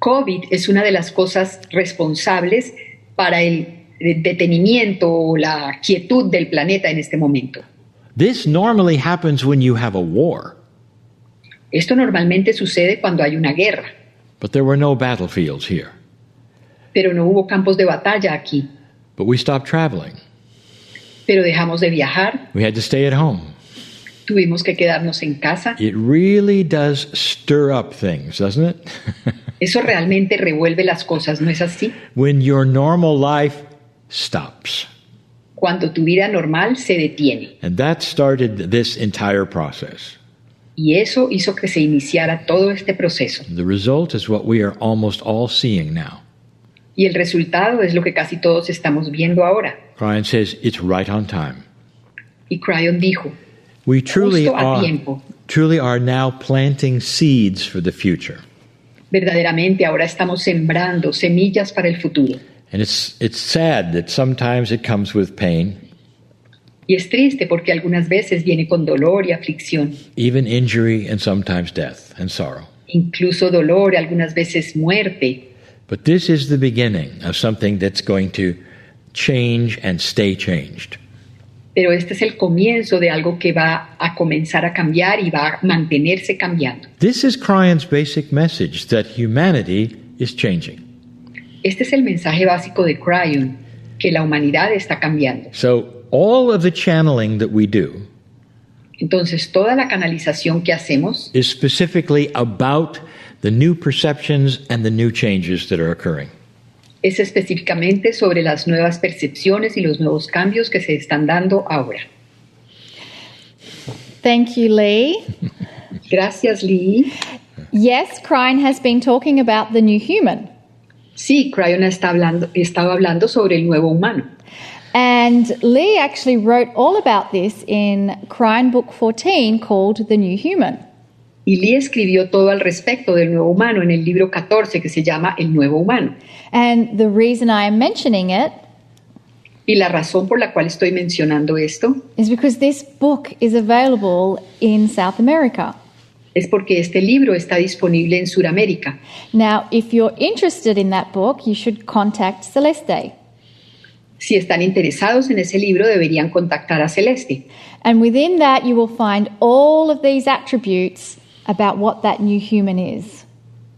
S5: COVID es una de las cosas responsables para el detenimiento o la quietud del planeta en este momento.
S4: This normally happens when you have a war,
S5: Esto normalmente sucede cuando hay una guerra,
S4: but there were no battlefields here.
S5: pero no hubo campos de batalla aquí.
S4: But we stopped traveling.
S5: Pero dejamos de viajar,
S4: We had to stay at home.
S5: tuvimos que quedarnos en casa.
S4: It really does stir up things, doesn't it? [LAUGHS]
S5: Eso realmente revuelve las cosas, ¿no es así?
S4: when your normal life stops.
S5: Cuando tu vida normal se detiene.
S4: And that started this entire process.
S5: Y eso hizo que se iniciara todo este proceso.
S4: The result is what we are almost all seeing now.
S5: Y el resultado es lo que casi todos estamos viendo ahora.
S4: Brian says it's right on time.
S5: Y Cryon dijo,
S4: We truly
S5: Justo a
S4: are,
S5: tiempo.
S4: truly are now planting seeds for the future.
S5: verdaderamente ahora estamos sembrando semillas para el futuro.
S4: And it's, it's sad that sometimes it comes with pain,
S5: Y es triste porque algunas veces viene con dolor y aflicción,
S4: even injury, and sometimes death and sorrow.
S5: incluso dolor, algunas veces muerte.
S4: But this is the beginning of something that's going to change and stay changed.
S5: Pero este es el comienzo de algo que va a comenzar a cambiar y va a mantenerse cambiando.
S4: This is Cryan's basic message that humanity is changing.
S5: Este es el mensaje básico de Cryon, que la humanidad está cambiando.
S4: So, all of the channeling that we do
S5: Entonces, toda la canalización que hacemos
S4: is specifically about the new perceptions and the new changes that are occurring.
S5: es específicamente sobre las nuevas percepciones y los nuevos cambios que se están dando ahora.
S6: Thank you, Lee.
S5: Gracias, Lee.
S6: Yes, Crine has been talking about the new human.
S5: Sí, Cryon está hablando, estaba hablando sobre el nuevo humano.
S6: And Lee actually wrote all about this in Crine Book 14 called The New Human.
S5: Y Lee escribió todo al respecto del nuevo humano en el libro 14 que se llama El nuevo humano.
S6: And the reason I am mentioning it
S5: Y la razón por la cual estoy mencionando esto
S6: is because this book is available in South America.
S5: es porque este libro está disponible en Sudamérica.
S6: Now, if you're interested in that book, you should contact Celeste.
S5: Si están interesados en ese libro, deberían contactar a Celeste.
S6: And within that, you will find all of these attributes about what that new human is.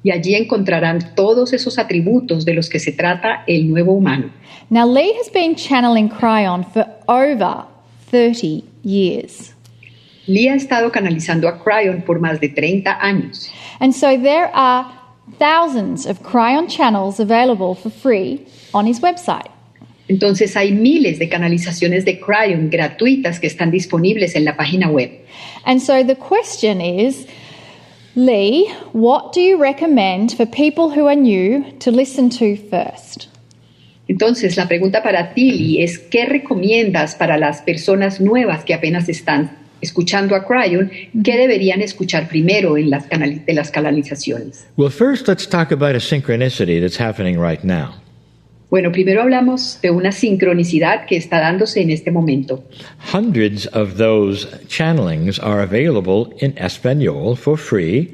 S5: Y allí encontrarán todos esos atributos de los que se trata el nuevo humano.
S6: Now, Lee has been channeling Cryon for over 30 years.
S5: Lee ha estado canalizando a Cryon por más de 30 años.
S6: And so there are thousands of Cryon channels available for free on his website.
S5: Entonces hay miles de canalizaciones de Cryon gratuitas que están disponibles en la página web.
S6: And so the question is Lee, what do you recommend for people who are new to listen to first?
S5: Entonces, la pregunta para ti, Lee, es ¿qué recomiendas para las personas nuevas que apenas están escuchando a Cryon? ¿Qué deberían escuchar primero en las canali- de las canalizaciones?
S4: Well, first, let's talk about a synchronicity that's happening right now.
S5: Bueno, primero hablamos de una sincronicidad que está dándose en este momento.
S4: Hundreds of those channelings are available in Espanol for free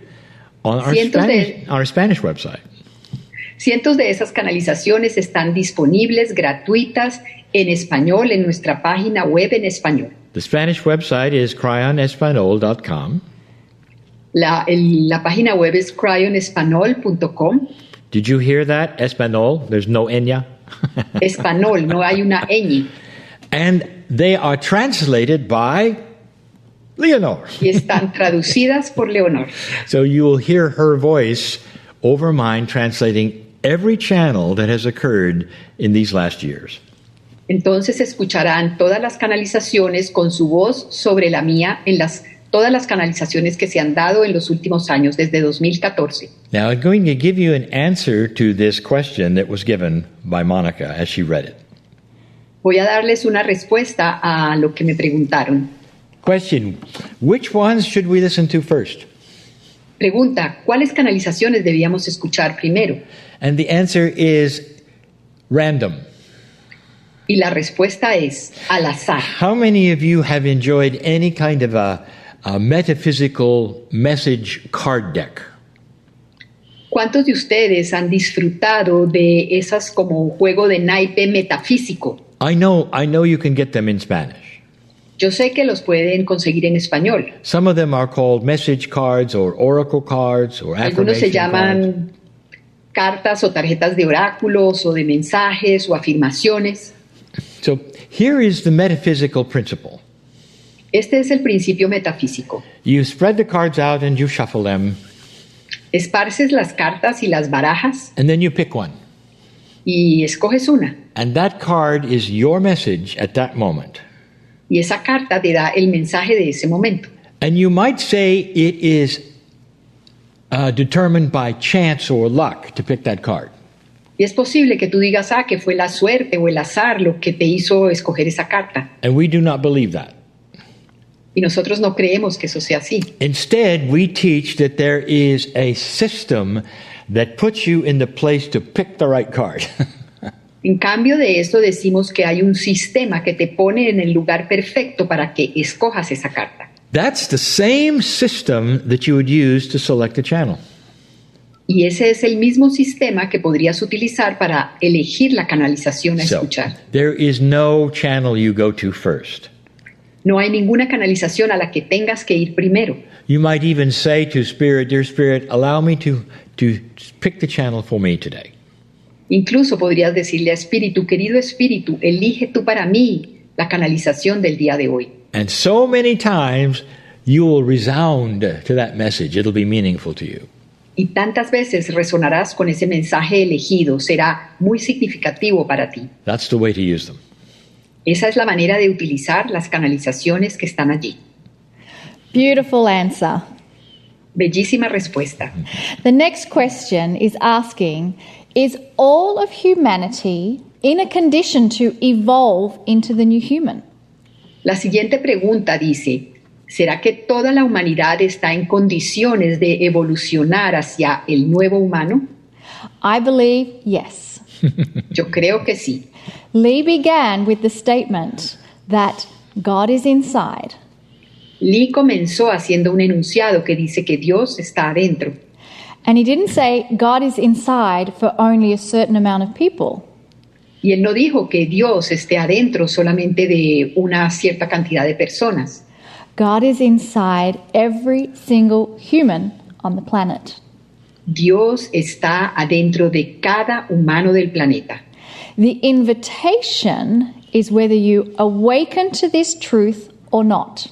S4: on our,
S5: Cientos de-
S4: Spanish, on our Spanish website.
S5: Cientos de esas canalizaciones están disponibles gratuitas en español en nuestra página web en español.
S4: The Spanish website is cryonespanol.com.
S5: La, el- la página web es cryonespanol.com.
S4: Did you hear that? Espanol. There's no enya.
S5: Espanol, no hay una ñ.
S4: [LAUGHS] And they are translated by Leonor.
S5: Y están traducidas por Leonor.
S4: So you will hear her voice over mine translating every channel that has occurred in these last years.
S5: Entonces escucharán todas las canalizaciones con su voz sobre la mía en las todas las canalizaciones que se han dado en los últimos años desde 2014.
S4: Now, I'm going to give you an answer to this question that was given by Monica as she read it.
S5: Voy a darles una respuesta a lo que me preguntaron.
S4: Question Which ones should we listen to first?
S5: Pregunta, ¿cuáles canalizaciones debíamos escuchar primero?
S4: And the answer is random.
S5: Y la respuesta es al azar.
S4: How many of you have enjoyed any kind of a, a metaphysical message card deck.
S5: ¿Cuántos de ustedes han disfrutado de esas como juego de naipe metafísico?
S4: I know, I know you can get them in Spanish.
S5: Yo sé que los pueden conseguir en español.
S4: Some of them are called message cards or oracle cards or
S5: Algunos se
S4: affirmation cards.
S5: llaman cartas o tarjetas de oráculos o de mensajes o afirmaciones.
S4: So here is the metaphysical principle.
S5: Este es el principio metafísico.
S4: You spread the cards out and you shuffle them,
S5: Esparces las cartas y las barajas
S4: and then you pick one.
S5: y escoges una.
S4: And that card is your message at that moment.
S5: Y esa carta te da el mensaje de ese momento.
S4: And you might say it is uh, determined by chance or luck to pick that card.
S5: Y es posible que tú digas, ah, que fue la suerte o el azar lo que te hizo escoger esa carta.
S4: And we do not believe that.
S5: Y nosotros no creemos que eso sea así.
S4: Instead, we teach that there is a system that puts you in the place to pick the right card. [LAUGHS]
S5: En cambio de esto decimos que hay un sistema que te pone en el lugar perfecto para que escojas esa carta.
S4: That's the same system that you would use to select a channel.
S5: Y ese es el mismo sistema que podrías utilizar para elegir la canalización a
S4: So,
S5: escuchar.
S4: there is no channel you go to first.
S5: No hay ninguna canalización a la que tengas que ir primero.
S4: You might even say to Spirit, Dear Spirit, allow me to, to pick the channel for me today.
S5: Incluso podrías decirle a Espíritu, querido Espíritu, elige tú para mí la canalización del día de hoy.
S4: And so many times you will resound to that message. It'll be meaningful to you.
S5: Y tantas veces resonarás con ese mensaje elegido, será muy significativo para ti.
S4: That's the way to use them.
S5: Esa es la manera de utilizar las canalizaciones que están allí.
S6: Beautiful answer.
S5: Bellísima respuesta.
S6: The next question is asking Is all of humanity in a condition to evolve into the new human?
S5: La siguiente pregunta dice, ¿será que toda la humanidad está en condiciones de evolucionar hacia el nuevo humano?
S6: I believe yes.
S5: Yo creo que sí.
S6: Lee began with the statement that God is inside.
S5: Lee comenzó haciendo un enunciado que dice que Dios está adentro.
S6: And he didn't say God is inside for only a certain amount of people.
S5: Y él no dijo que Dios esté adentro solamente de una cierta cantidad de personas.
S6: God is inside every single human on the planet.
S5: Dios está adentro de cada humano del planeta.
S6: The invitation is whether you awaken to this truth or not.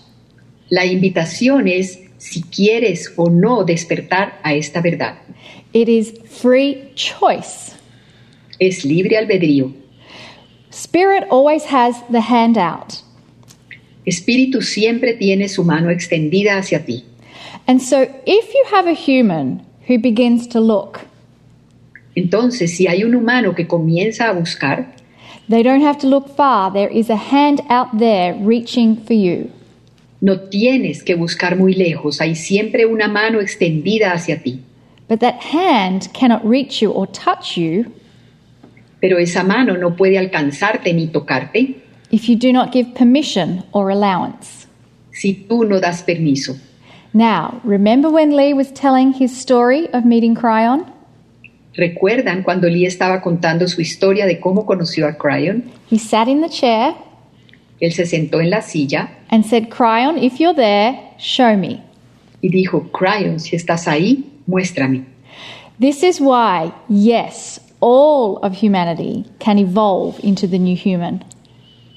S5: La invitación es si quieres o no despertar a esta verdad.
S6: It is free choice.
S5: Es libre albedrío.
S6: Spirit always has the hand out.
S5: Espíritu siempre tiene su mano extendida hacia ti.
S6: And so if you have a human who begins to look,
S5: Entonces, si hay un humano que comienza a buscar,
S6: they don't have to look far. There is a hand out there reaching for you.
S5: no tienes que buscar muy lejos, hay siempre una mano extendida hacia ti.
S6: But that hand cannot reach you or touch you
S5: Pero esa mano no puede alcanzarte ni tocarte
S6: if you do not give permission or allowance.
S5: si tú no das permiso.
S6: Now, remember when Lee was telling his story of meeting Cryon?
S5: ¿Recuerdan cuando Lee estaba contando su historia de cómo conoció a Cryon?
S6: He sat in the chair
S5: Él se sentó en la silla
S6: and said, Cryon, if you're there, show me.
S5: y dijo, Cryon, si estás ahí, muéstrame.
S6: This is why, yes, all of humanity can evolve into the new human.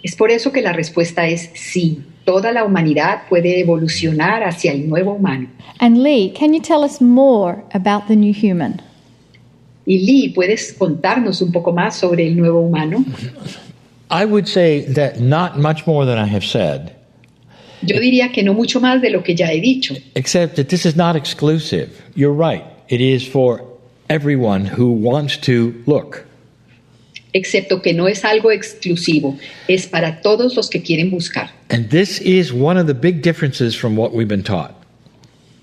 S5: Es por eso que la respuesta es sí. Toda la humanidad puede evolucionar hacia el nuevo humano.
S6: And Lee, can you tell us more about the new human?
S5: Y Lee, ¿puedes contarnos un poco más sobre el nuevo humano?
S4: I would say that not much more than I have said,
S5: Yo diría que no mucho más de lo que ya he dicho,
S4: except that this is not exclusive. You're right. It is for everyone who wants to look.
S5: excepto que no es algo exclusivo, es para todos los que quieren buscar.
S4: And this is one of the big differences from what we've been taught.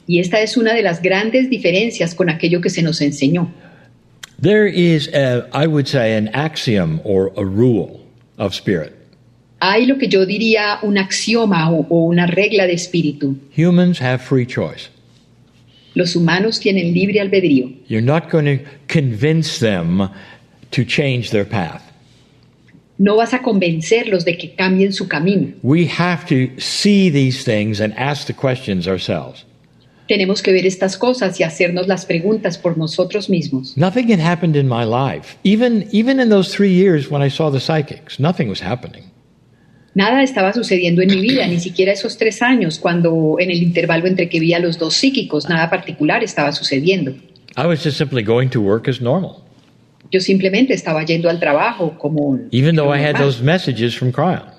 S5: Y esta es una de las grandes diferencias con aquello que se nos enseñó.
S4: There is, a, I would say, an axiom or a rule of spirit.
S5: Hay lo que yo diría un axioma o, o una regla de espíritu.
S4: Humans have free choice.
S5: Los humanos tienen libre albedrío.
S4: You're not going to convince them to change their path.
S5: No vas a convencerlos de que cambien su camino.
S4: We have to see these things and ask the questions ourselves.
S5: Tenemos que ver estas cosas y hacernos las preguntas por nosotros mismos.
S4: Nothing had happened in my life. Even even in those 3 years when I saw the psychics, nothing was happening.
S5: Nada estaba sucediendo en mi vida, ni siquiera esos tres años, cuando en el intervalo entre que vi a los dos psíquicos, nada particular estaba sucediendo.
S4: I was just simply going to work as normal,
S5: Yo simplemente estaba yendo al trabajo como...
S4: even though
S5: como
S4: I had
S5: normal,
S4: those messages from Cryon.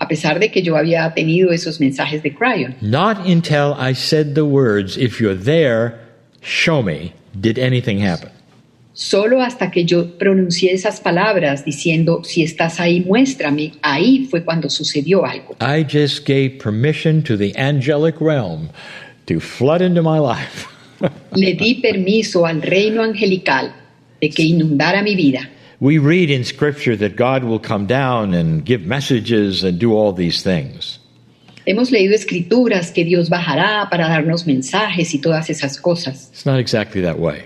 S5: A pesar de que yo había tenido esos mensajes de Cryon.
S4: Not until I said the words, if you're there, show me, did anything happen.
S5: Solo hasta que yo pronuncié esas palabras diciendo, si estás ahí, muéstrame, ahí fue cuando sucedió algo.
S4: I just gave permission to the angelic realm to flood into my life. [LAUGHS]
S5: Le di permiso al reino angelical de que inundara mi vida.
S4: we read in Scripture that God will come down and give messages and do all these things.
S5: Hemos leído escrituras que Dios bajará para darnos mensajes y todas esas cosas,
S4: It's not exactly that way.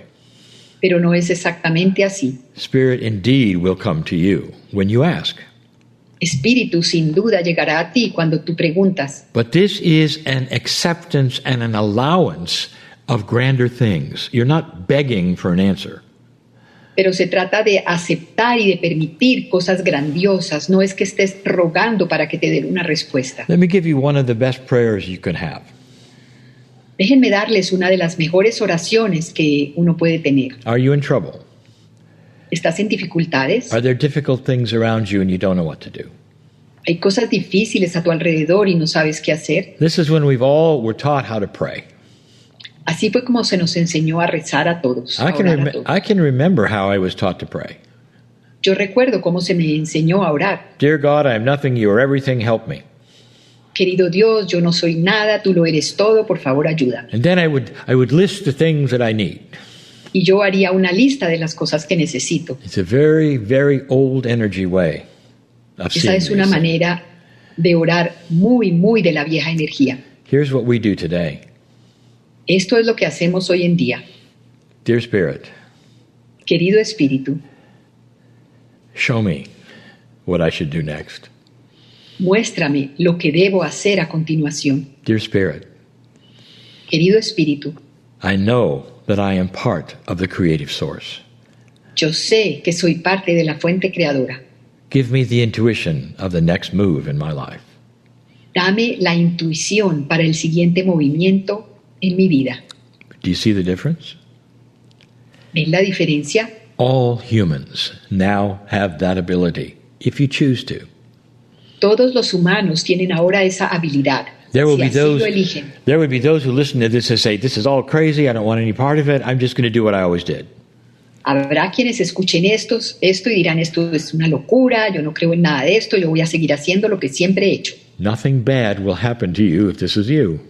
S5: pero no es exactamente así.
S4: Spirit indeed will come to you when you ask.
S5: Espíritu sin duda llegará a ti cuando tú preguntas,
S4: But this is an acceptance and an allowance of grander things. You're not begging for an answer.
S5: pero se trata de aceptar y de permitir cosas grandiosas, no es que estés rogando para que te den una respuesta.
S4: Let me give you one of the best prayers you can have.
S5: Déjenme darles una de las mejores oraciones que uno puede tener.
S4: Are you in trouble?
S5: ¿Estás en dificultades?
S4: Are there difficult things around you and you don't know what to do?
S5: ¿Hay cosas difíciles a tu alrededor y no sabes qué hacer?
S4: This is when we've all were taught how to pray.
S5: Así fue como se nos enseñó a rezar a todos.
S4: I
S5: a
S4: can
S5: orar a
S4: rem-
S5: todos.
S4: I can remember how I was taught to pray.
S5: Yo recuerdo cómo se me enseñó a orar.
S4: Dear God, I am nothing, you are everything, help me.
S5: Querido Dios, yo no soy nada, tú lo eres todo, por favor ayúdame.
S4: And then I would I would list the things that I need.
S5: Y yo haría una lista de las cosas que necesito.
S4: It's a very very old energy way of
S5: Esa
S4: seeing
S5: es
S4: these
S5: una
S4: things.
S5: manera de orar muy, muy de la vieja energía.
S4: Here's what we do today.
S5: Esto es lo que hacemos hoy en día.
S4: Dear Spirit,
S5: Querido Espíritu,
S4: show me what I should do next.
S5: muéstrame lo que debo hacer a continuación.
S4: Dear Spirit,
S5: Querido Espíritu,
S4: I know that I am part of the creative source.
S5: yo sé que soy parte de la fuente creadora.
S4: Give me the intuition of the next move in my life.
S5: Dame la intuición para el siguiente movimiento en mi vida.
S4: Do you see the difference?
S5: ¿Ves la diferencia?
S4: All humans now have that ability if you choose to.
S5: Todos los humanos tienen ahora esa habilidad.
S4: There will
S5: Si
S4: be
S5: así
S4: those
S5: lo eligen.
S4: there would be those who listen to this and say this is all crazy, I don't want any part of it. I'm just going to do what I always did.
S5: Habrá quienes escuchen estos, esto y dirán esto es una locura, yo no creo en nada de esto, yo voy a seguir haciendo lo que siempre he hecho.
S4: Nothing bad will happen to you if this is you.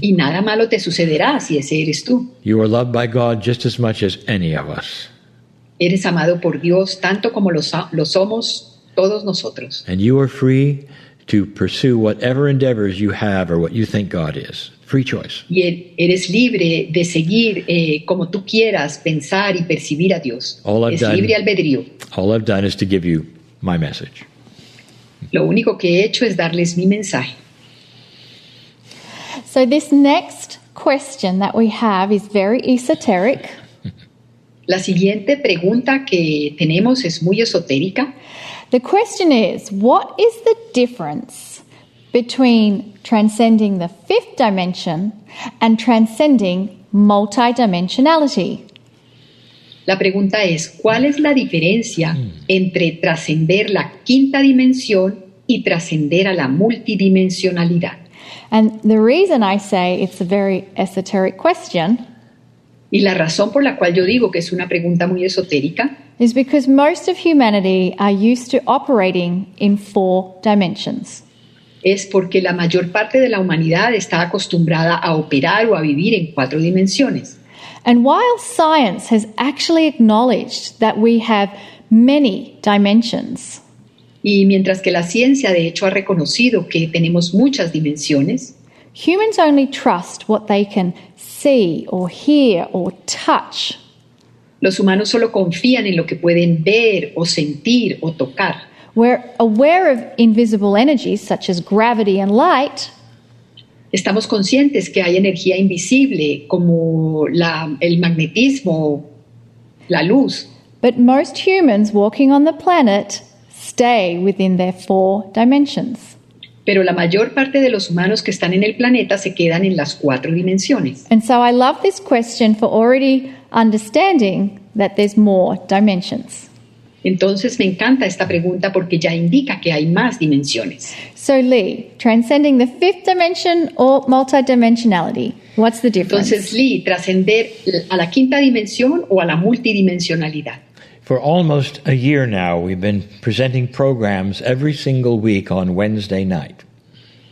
S5: Y nada malo te sucederá si ese eres tú.
S4: You are loved by God just as much as any of us,
S5: Eres amado por Dios tanto como lo, so- lo somos todos nosotros.
S4: and you are free to pursue whatever endeavors you have or what you think God is. Free choice.
S5: Y e- eres libre de seguir eh, como tú quieras pensar y percibir a Dios.
S4: All I've
S5: es
S4: done-
S5: libre albedrío.
S4: All I've done is to give you my message.
S5: Lo único que he hecho es darles mi mensaje.
S6: So this next question that we have is very esoteric.
S5: La siguiente pregunta que tenemos es muy esotérica.
S6: The question is, what is the difference between transcending the fifth dimension and transcending multidimensionality?
S5: La pregunta es, ¿cuál es la diferencia
S4: Hmm.
S5: entre trascender la quinta dimensión y trascender a la multidimensionalidad?
S6: And the reason I say it's a very esoteric question
S5: Y la razón por la cual yo digo que es una pregunta muy esotérica
S6: is because most of humanity are used to operating in four dimensions.
S5: es porque la mayor parte de la humanidad está acostumbrada a operar o a vivir en cuatro dimensiones.
S6: And while science has actually acknowledged that we have many dimensions,
S5: Y mientras que la ciencia de hecho ha reconocido que tenemos muchas dimensiones,
S6: Humans only trust what they can see or hear or touch.
S5: los humanos solo confían en lo que pueden ver o sentir o tocar.
S6: We're aware of invisible energies such as gravity and light,
S5: Estamos conscientes que hay energía invisible como la- el magnetismo, la luz,
S6: but most humans walking on the planet stay within their four dimensions.
S5: pero la mayor parte de los humanos que están en el planeta se quedan en las cuatro dimensiones.
S6: And so I love this question for already understanding that there's more dimensions.
S5: Entonces me encanta esta pregunta porque ya indica que hay más dimensiones.
S6: So, Lee, transcending the fifth dimension or multidimensionality, what's the difference?
S5: Entonces, Lee, trascender a la quinta dimensión o a la multidimensionalidad.
S4: For almost a year now, we've been presenting programs every single week on Wednesday night.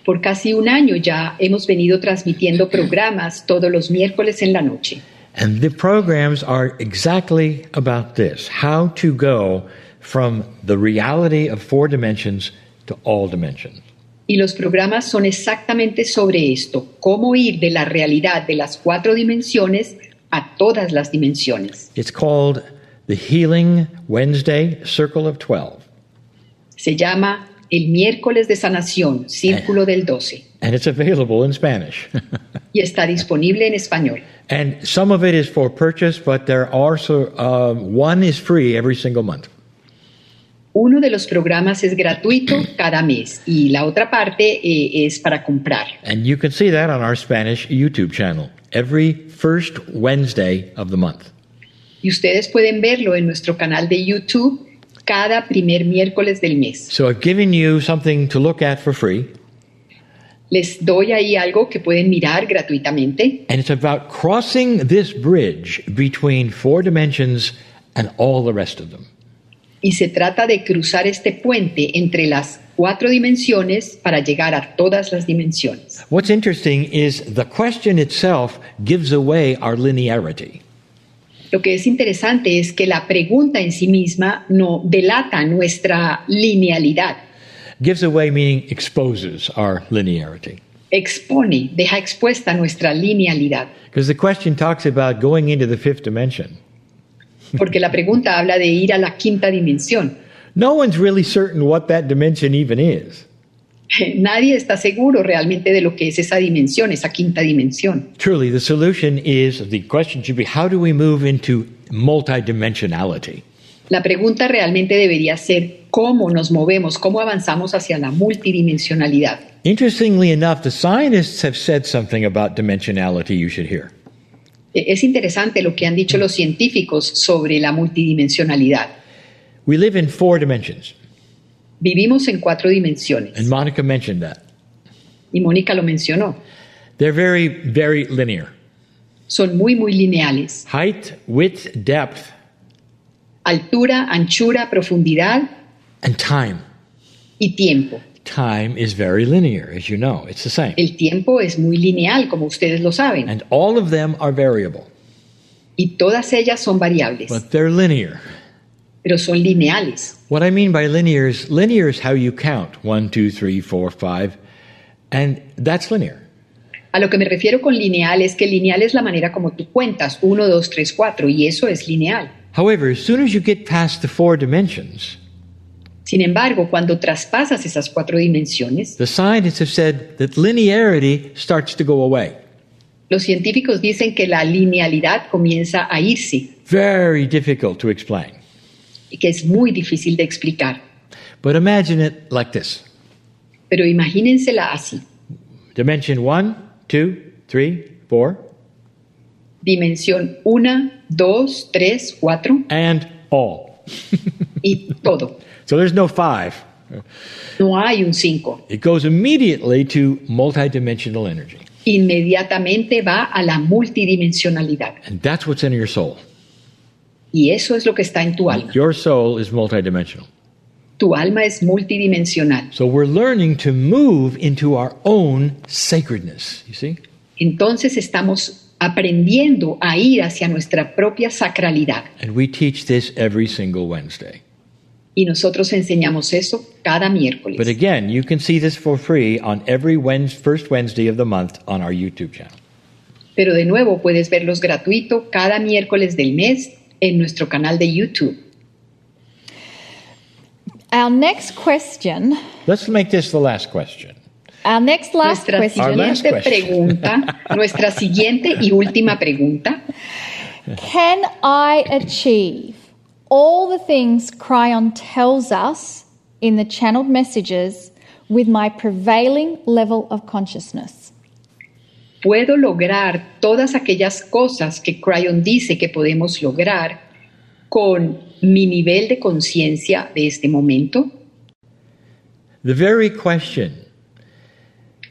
S5: Por casi un año ya hemos venido transmitiendo programas todos los miércoles en la noche.
S4: And the programs are exactly about this how to go from the reality of four dimensions to all dimensions.
S5: Y los programas son exactamente sobre esto, cómo ir de la realidad de las cuatro dimensiones a todas las dimensiones.
S4: It's called the Healing Wednesday Circle of 12.
S5: Se llama el miércoles de sanación, Círculo del 12,
S4: And it's available in Spanish.
S5: y está disponible en español.
S4: and some of it is for purchase, but there are so, uh, one is free every single month.
S5: Uno de los programas es gratuito cada mes y la otra parte eh, es para comprar.
S4: And you can see that on our Spanish YouTube channel every first Wednesday of the month.
S5: Y ustedes pueden verlo en nuestro canal de YouTube cada primer miércoles del mes.
S4: So I've given you something to look at for free,
S5: Les doy ahí algo que pueden mirar gratuitamente
S4: and it's about crossing this bridge between four dimensions and all the rest of them.
S5: y se trata de cruzar este puente entre las cuatro dimensiones para llegar a todas las dimensiones.
S4: What's interesting is the question itself gives away our linearity.
S5: Lo que es interesante es que la pregunta en sí misma no delata nuestra linealidad,
S4: Gives away meaning exposes our linearity.
S5: expone, deja expuesta nuestra linealidad,
S4: Because the question talks about going into the fifth dimension.
S5: porque la pregunta habla de ir a la quinta dimensión. [LAUGHS]
S4: No one's really certain what that dimension even is.
S5: Nadie está seguro realmente de lo que es esa dimensión, esa quinta dimensión.
S4: Truly, the solution is the question should be how do we move into multidimensionality?
S5: La pregunta realmente debería ser cómo nos movemos, cómo avanzamos hacia la multidimensionalidad.
S4: Interestingly enough, the scientists have said something about dimensionality you should hear.
S5: E- Es interesante lo que han dicho los científicos sobre la multidimensionalidad.
S4: We live in four dimensions,
S5: Vivimos en cuatro
S4: and
S5: dimensiones
S4: Monica mentioned that.
S5: y Mónica lo mencionó.
S4: They're very, very linear
S5: Son muy, muy lineales.
S4: height, width, depth,
S5: Altura, anchura, profundidad
S4: and time.
S5: y tiempo.
S4: Time is very linear, as you know, it's the same.
S5: El tiempo es muy lineal, como ustedes lo saben,
S4: And all of them are variable,
S5: y todas ellas son variables,
S4: but they're linear.
S5: pero son lineales.
S4: What I mean by linear is linear is how you count one, two, three, four, five, and that's linear.
S5: A lo que me refiero con lineal es que lineal es la manera como tú cuentas, 1, 2, 3, 4, y eso es lineal.
S4: However, as soon as you get past the four dimensions,
S5: Sin embargo, cuando traspasas esas cuatro dimensiones,
S4: the scientists have said that linearity starts to go away.
S5: los científicos dicen que la linealidad comienza a irse
S4: Very difficult to explain.
S5: y que es muy difícil de explicar.
S4: But imagine it like this
S5: Pero imagínensela así.
S4: dimension one, two, three, four,
S5: Dimensión 1, 2, 3, 4
S4: and all.
S5: y todo.
S4: So there's no five.
S5: No hay un 5.
S4: It goes immediately to multidimensional energy.
S5: Inmediatamente va a la multidimensionalidad.
S4: And that's what's in your soul.
S5: Y eso es lo que está en tu alma.
S4: Your soul is multidimensional.
S5: Tu alma es multidimensional.
S4: So we're learning to move into our own sacredness, you see?
S5: Entonces estamos aprendiendo a ir hacia nuestra propia sacralidad
S4: And we teach this every single Wednesday.
S5: Y nosotros enseñamos eso cada miércoles.
S4: But again, you can see this for free on every Wednesday, first Wednesday of the month on our YouTube channel.
S5: Pero de nuevo puedes verlos gratuito cada miércoles del mes en nuestro canal de YouTube.
S6: Our next question,
S4: Let's make this the last question.
S6: our next last
S5: Nuestra
S6: question,
S4: Our last
S5: siguiente
S4: question.
S5: pregunta, nuestra siguiente y última pregunta,
S6: can I achieve all the things Cryon tells us in the channeled messages with my prevailing level of consciousness?
S5: ¿puedo lograr todas aquellas cosas que Cryon dice que podemos lograr con mi nivel de conciencia de este momento?
S4: The very question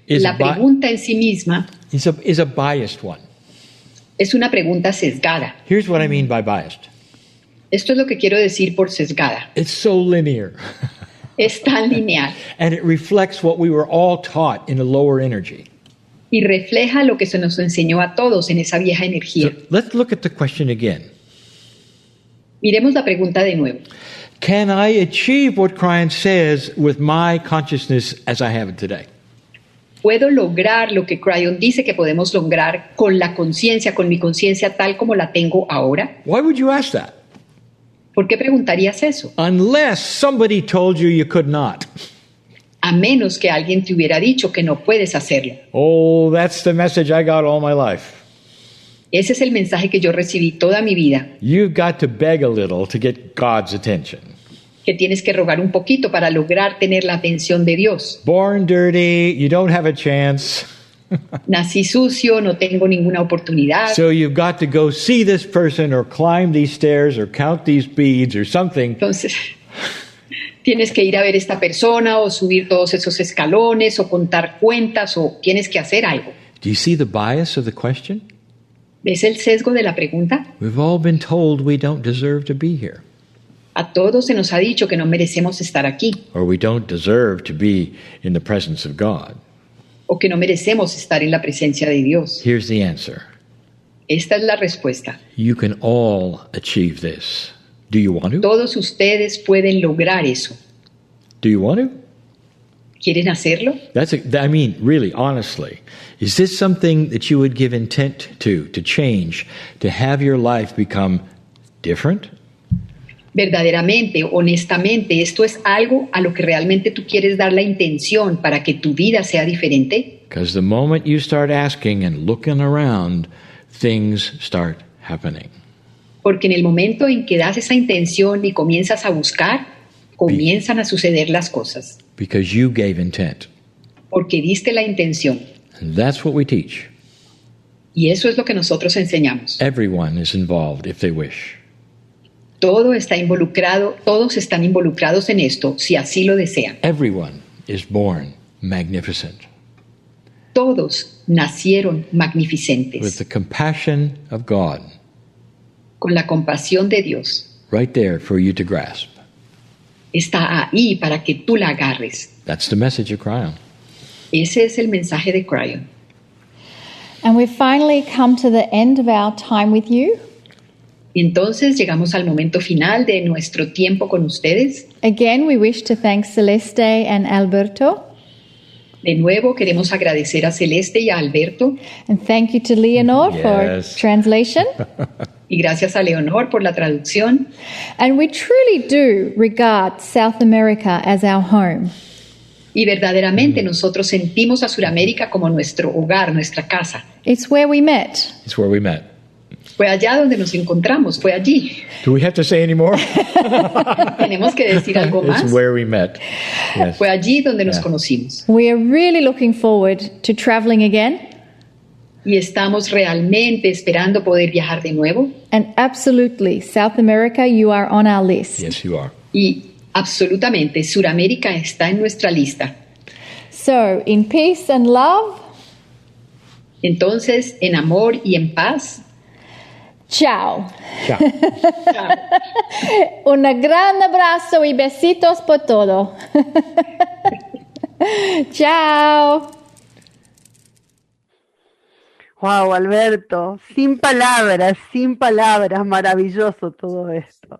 S4: is,
S5: La
S4: bi-
S5: pregunta en sí misma
S4: is, a, is a biased one.
S5: es una pregunta sesgada.
S4: Here's what I mean by biased
S5: Esto es lo que quiero decir por sesgada.
S4: it's so linear, [LAUGHS]
S5: Es tan lineal
S4: and it reflects what we were all taught in the lower energy.
S5: y refleja lo que se nos enseñó a todos en esa vieja
S4: So
S5: energía.
S4: let's look at the question again.
S5: Miremos la pregunta de nuevo.
S4: Can I achieve what Cryon says with my consciousness as I have it today?
S5: ¿Puedo lograr lo que Cryon dice que podemos lograr con la conciencia, con mi conciencia tal como la tengo ahora?
S4: Why would you ask that?
S5: ¿Por qué preguntarías eso?
S4: Unless somebody told you you could not.
S5: A menos que alguien te hubiera dicho que no puedes hacerlo.
S4: Oh, that's the message I got all my life.
S5: Ese es el mensaje que yo recibí toda mi vida,
S4: You've got to beg a little to get God's attention.
S5: que tienes que rogar un poquito para lograr tener la atención de Dios.
S4: Born dirty, you don't have a chance.
S5: Nací sucio, no tengo ninguna oportunidad.
S4: So you've got to go see this person or climb these stairs or count these beads or something.
S5: Entonces, [LAUGHS] tienes que ir a ver esta persona o subir todos esos escalones o contar cuentas o tienes que hacer algo.
S4: Do you see the bias of the question?
S5: ¿Ves el sesgo de la pregunta?
S4: We've all been told we don't deserve to be here.
S5: A todos se nos ha dicho que no merecemos estar aquí
S4: or we don't deserve to be in the presence of God.
S5: o que no merecemos estar en la presencia de Dios.
S4: Here's the answer
S5: Esta es la respuesta.
S4: you can all achieve this. Do you want to?
S5: Todos ustedes pueden lograr eso.
S4: Do you want to?
S5: ¿Quieren hacerlo?
S4: That's a, I mean, really, honestly, is this something that you would give intent to, to change, to have your life become different?
S5: Verdaderamente, honestamente, ¿esto es algo a lo que realmente tú quieres dar la intención para que tu vida sea diferente?
S4: Because the moment you start asking and looking around, things start happening.
S5: Porque en el momento en que das esa intención y comienzas a buscar, comienzan a suceder las cosas,
S4: Because you gave intent.
S5: porque diste la intención.
S4: And that's what we teach.
S5: Y eso es lo que nosotros enseñamos.
S4: Everyone is involved if they wish.
S5: Todo está involucrado, todos están involucrados en esto, si así lo desean.
S4: Everyone is born magnificent
S5: Todos nacieron
S4: with
S5: magnificentes,
S4: the compassion of God
S5: con la compasión de Dios.
S4: right there for you to grasp.
S5: Está ahí para que tú la agarres.
S4: That's the message of Cryon.
S5: Ese es el mensaje de Cryon.
S6: And we finally come to the end of our time with you.
S5: Y entonces llegamos al momento final de nuestro tiempo con ustedes.
S6: Again, we wish to thank Celeste and Alberto.
S5: De nuevo queremos agradecer a Celeste y a Alberto
S6: And thank you to Leonor
S4: Yes.
S6: for translation.
S5: y gracias a Leonor por la traducción.
S6: and we truly do regard South America as our home.
S5: Y verdaderamente nosotros sentimos a Sudamérica como nuestro hogar, nuestra casa.
S6: It's where we met.
S4: It's where we met.
S5: Fue allá donde nos encontramos, fue allí.
S4: Do we have to say any more?
S5: Tenemos que decir algo más.
S4: it's where we met. Yes.
S5: Fue allí donde nos conocimos.
S6: We are really looking forward to traveling again
S5: Y estamos realmente esperando poder viajar de nuevo.
S6: and absolutely South America you are on our list.
S4: Yes, you are.
S5: Y absolutamente, Sudamérica está en nuestra lista.
S6: So, in peace and love,
S5: Entonces, en amor y en paz,
S6: ciao. [LAUGHS]
S4: Ciao.
S6: Un gran abrazo y besitos por todo. [LAUGHS] ciao.
S3: Wow, Alberto, sin palabras, sin palabras, maravilloso todo esto.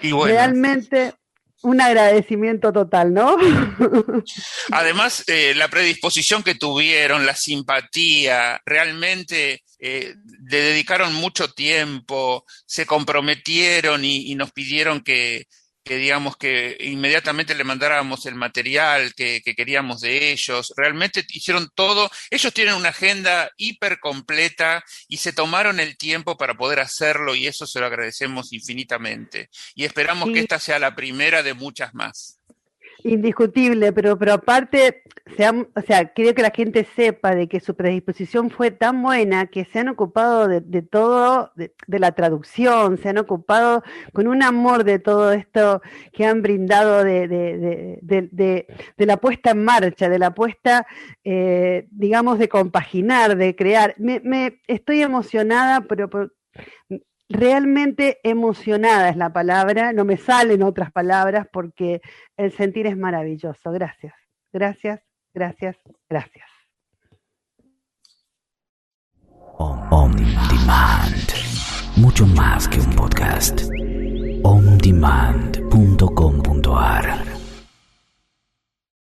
S2: Y bueno,
S3: Realmente un agradecimiento total, ¿no? [LAUGHS]
S2: además, eh, la predisposición que tuvieron, la simpatía, realmente eh, le dedicaron mucho tiempo, se comprometieron y, y nos pidieron que, que digamos que inmediatamente le mandáramos el material que, que queríamos de ellos. Realmente hicieron todo. Ellos tienen una agenda hiper completa y se tomaron el tiempo para poder hacerlo y eso se lo agradecemos infinitamente. Y esperamos
S3: Sí.
S2: que esta sea la primera de muchas más.
S3: Indiscutible, pero, pero aparte, seam- o sea, quiero que la gente sepa de que su predisposición fue tan buena que se han ocupado de, de todo, de, de la traducción, se han ocupado con un amor de todo esto que han brindado de, de- de- de- de- de la puesta en marcha, de la puesta, eh, digamos, de compaginar, de crear. Me, me- estoy emocionada, pero por- realmente emocionada es la palabra, no me salen otras palabras porque... El sentir es maravilloso. Gracias, gracias, gracias, gracias.
S1: On Demand. Mucho más que un podcast. On Demand.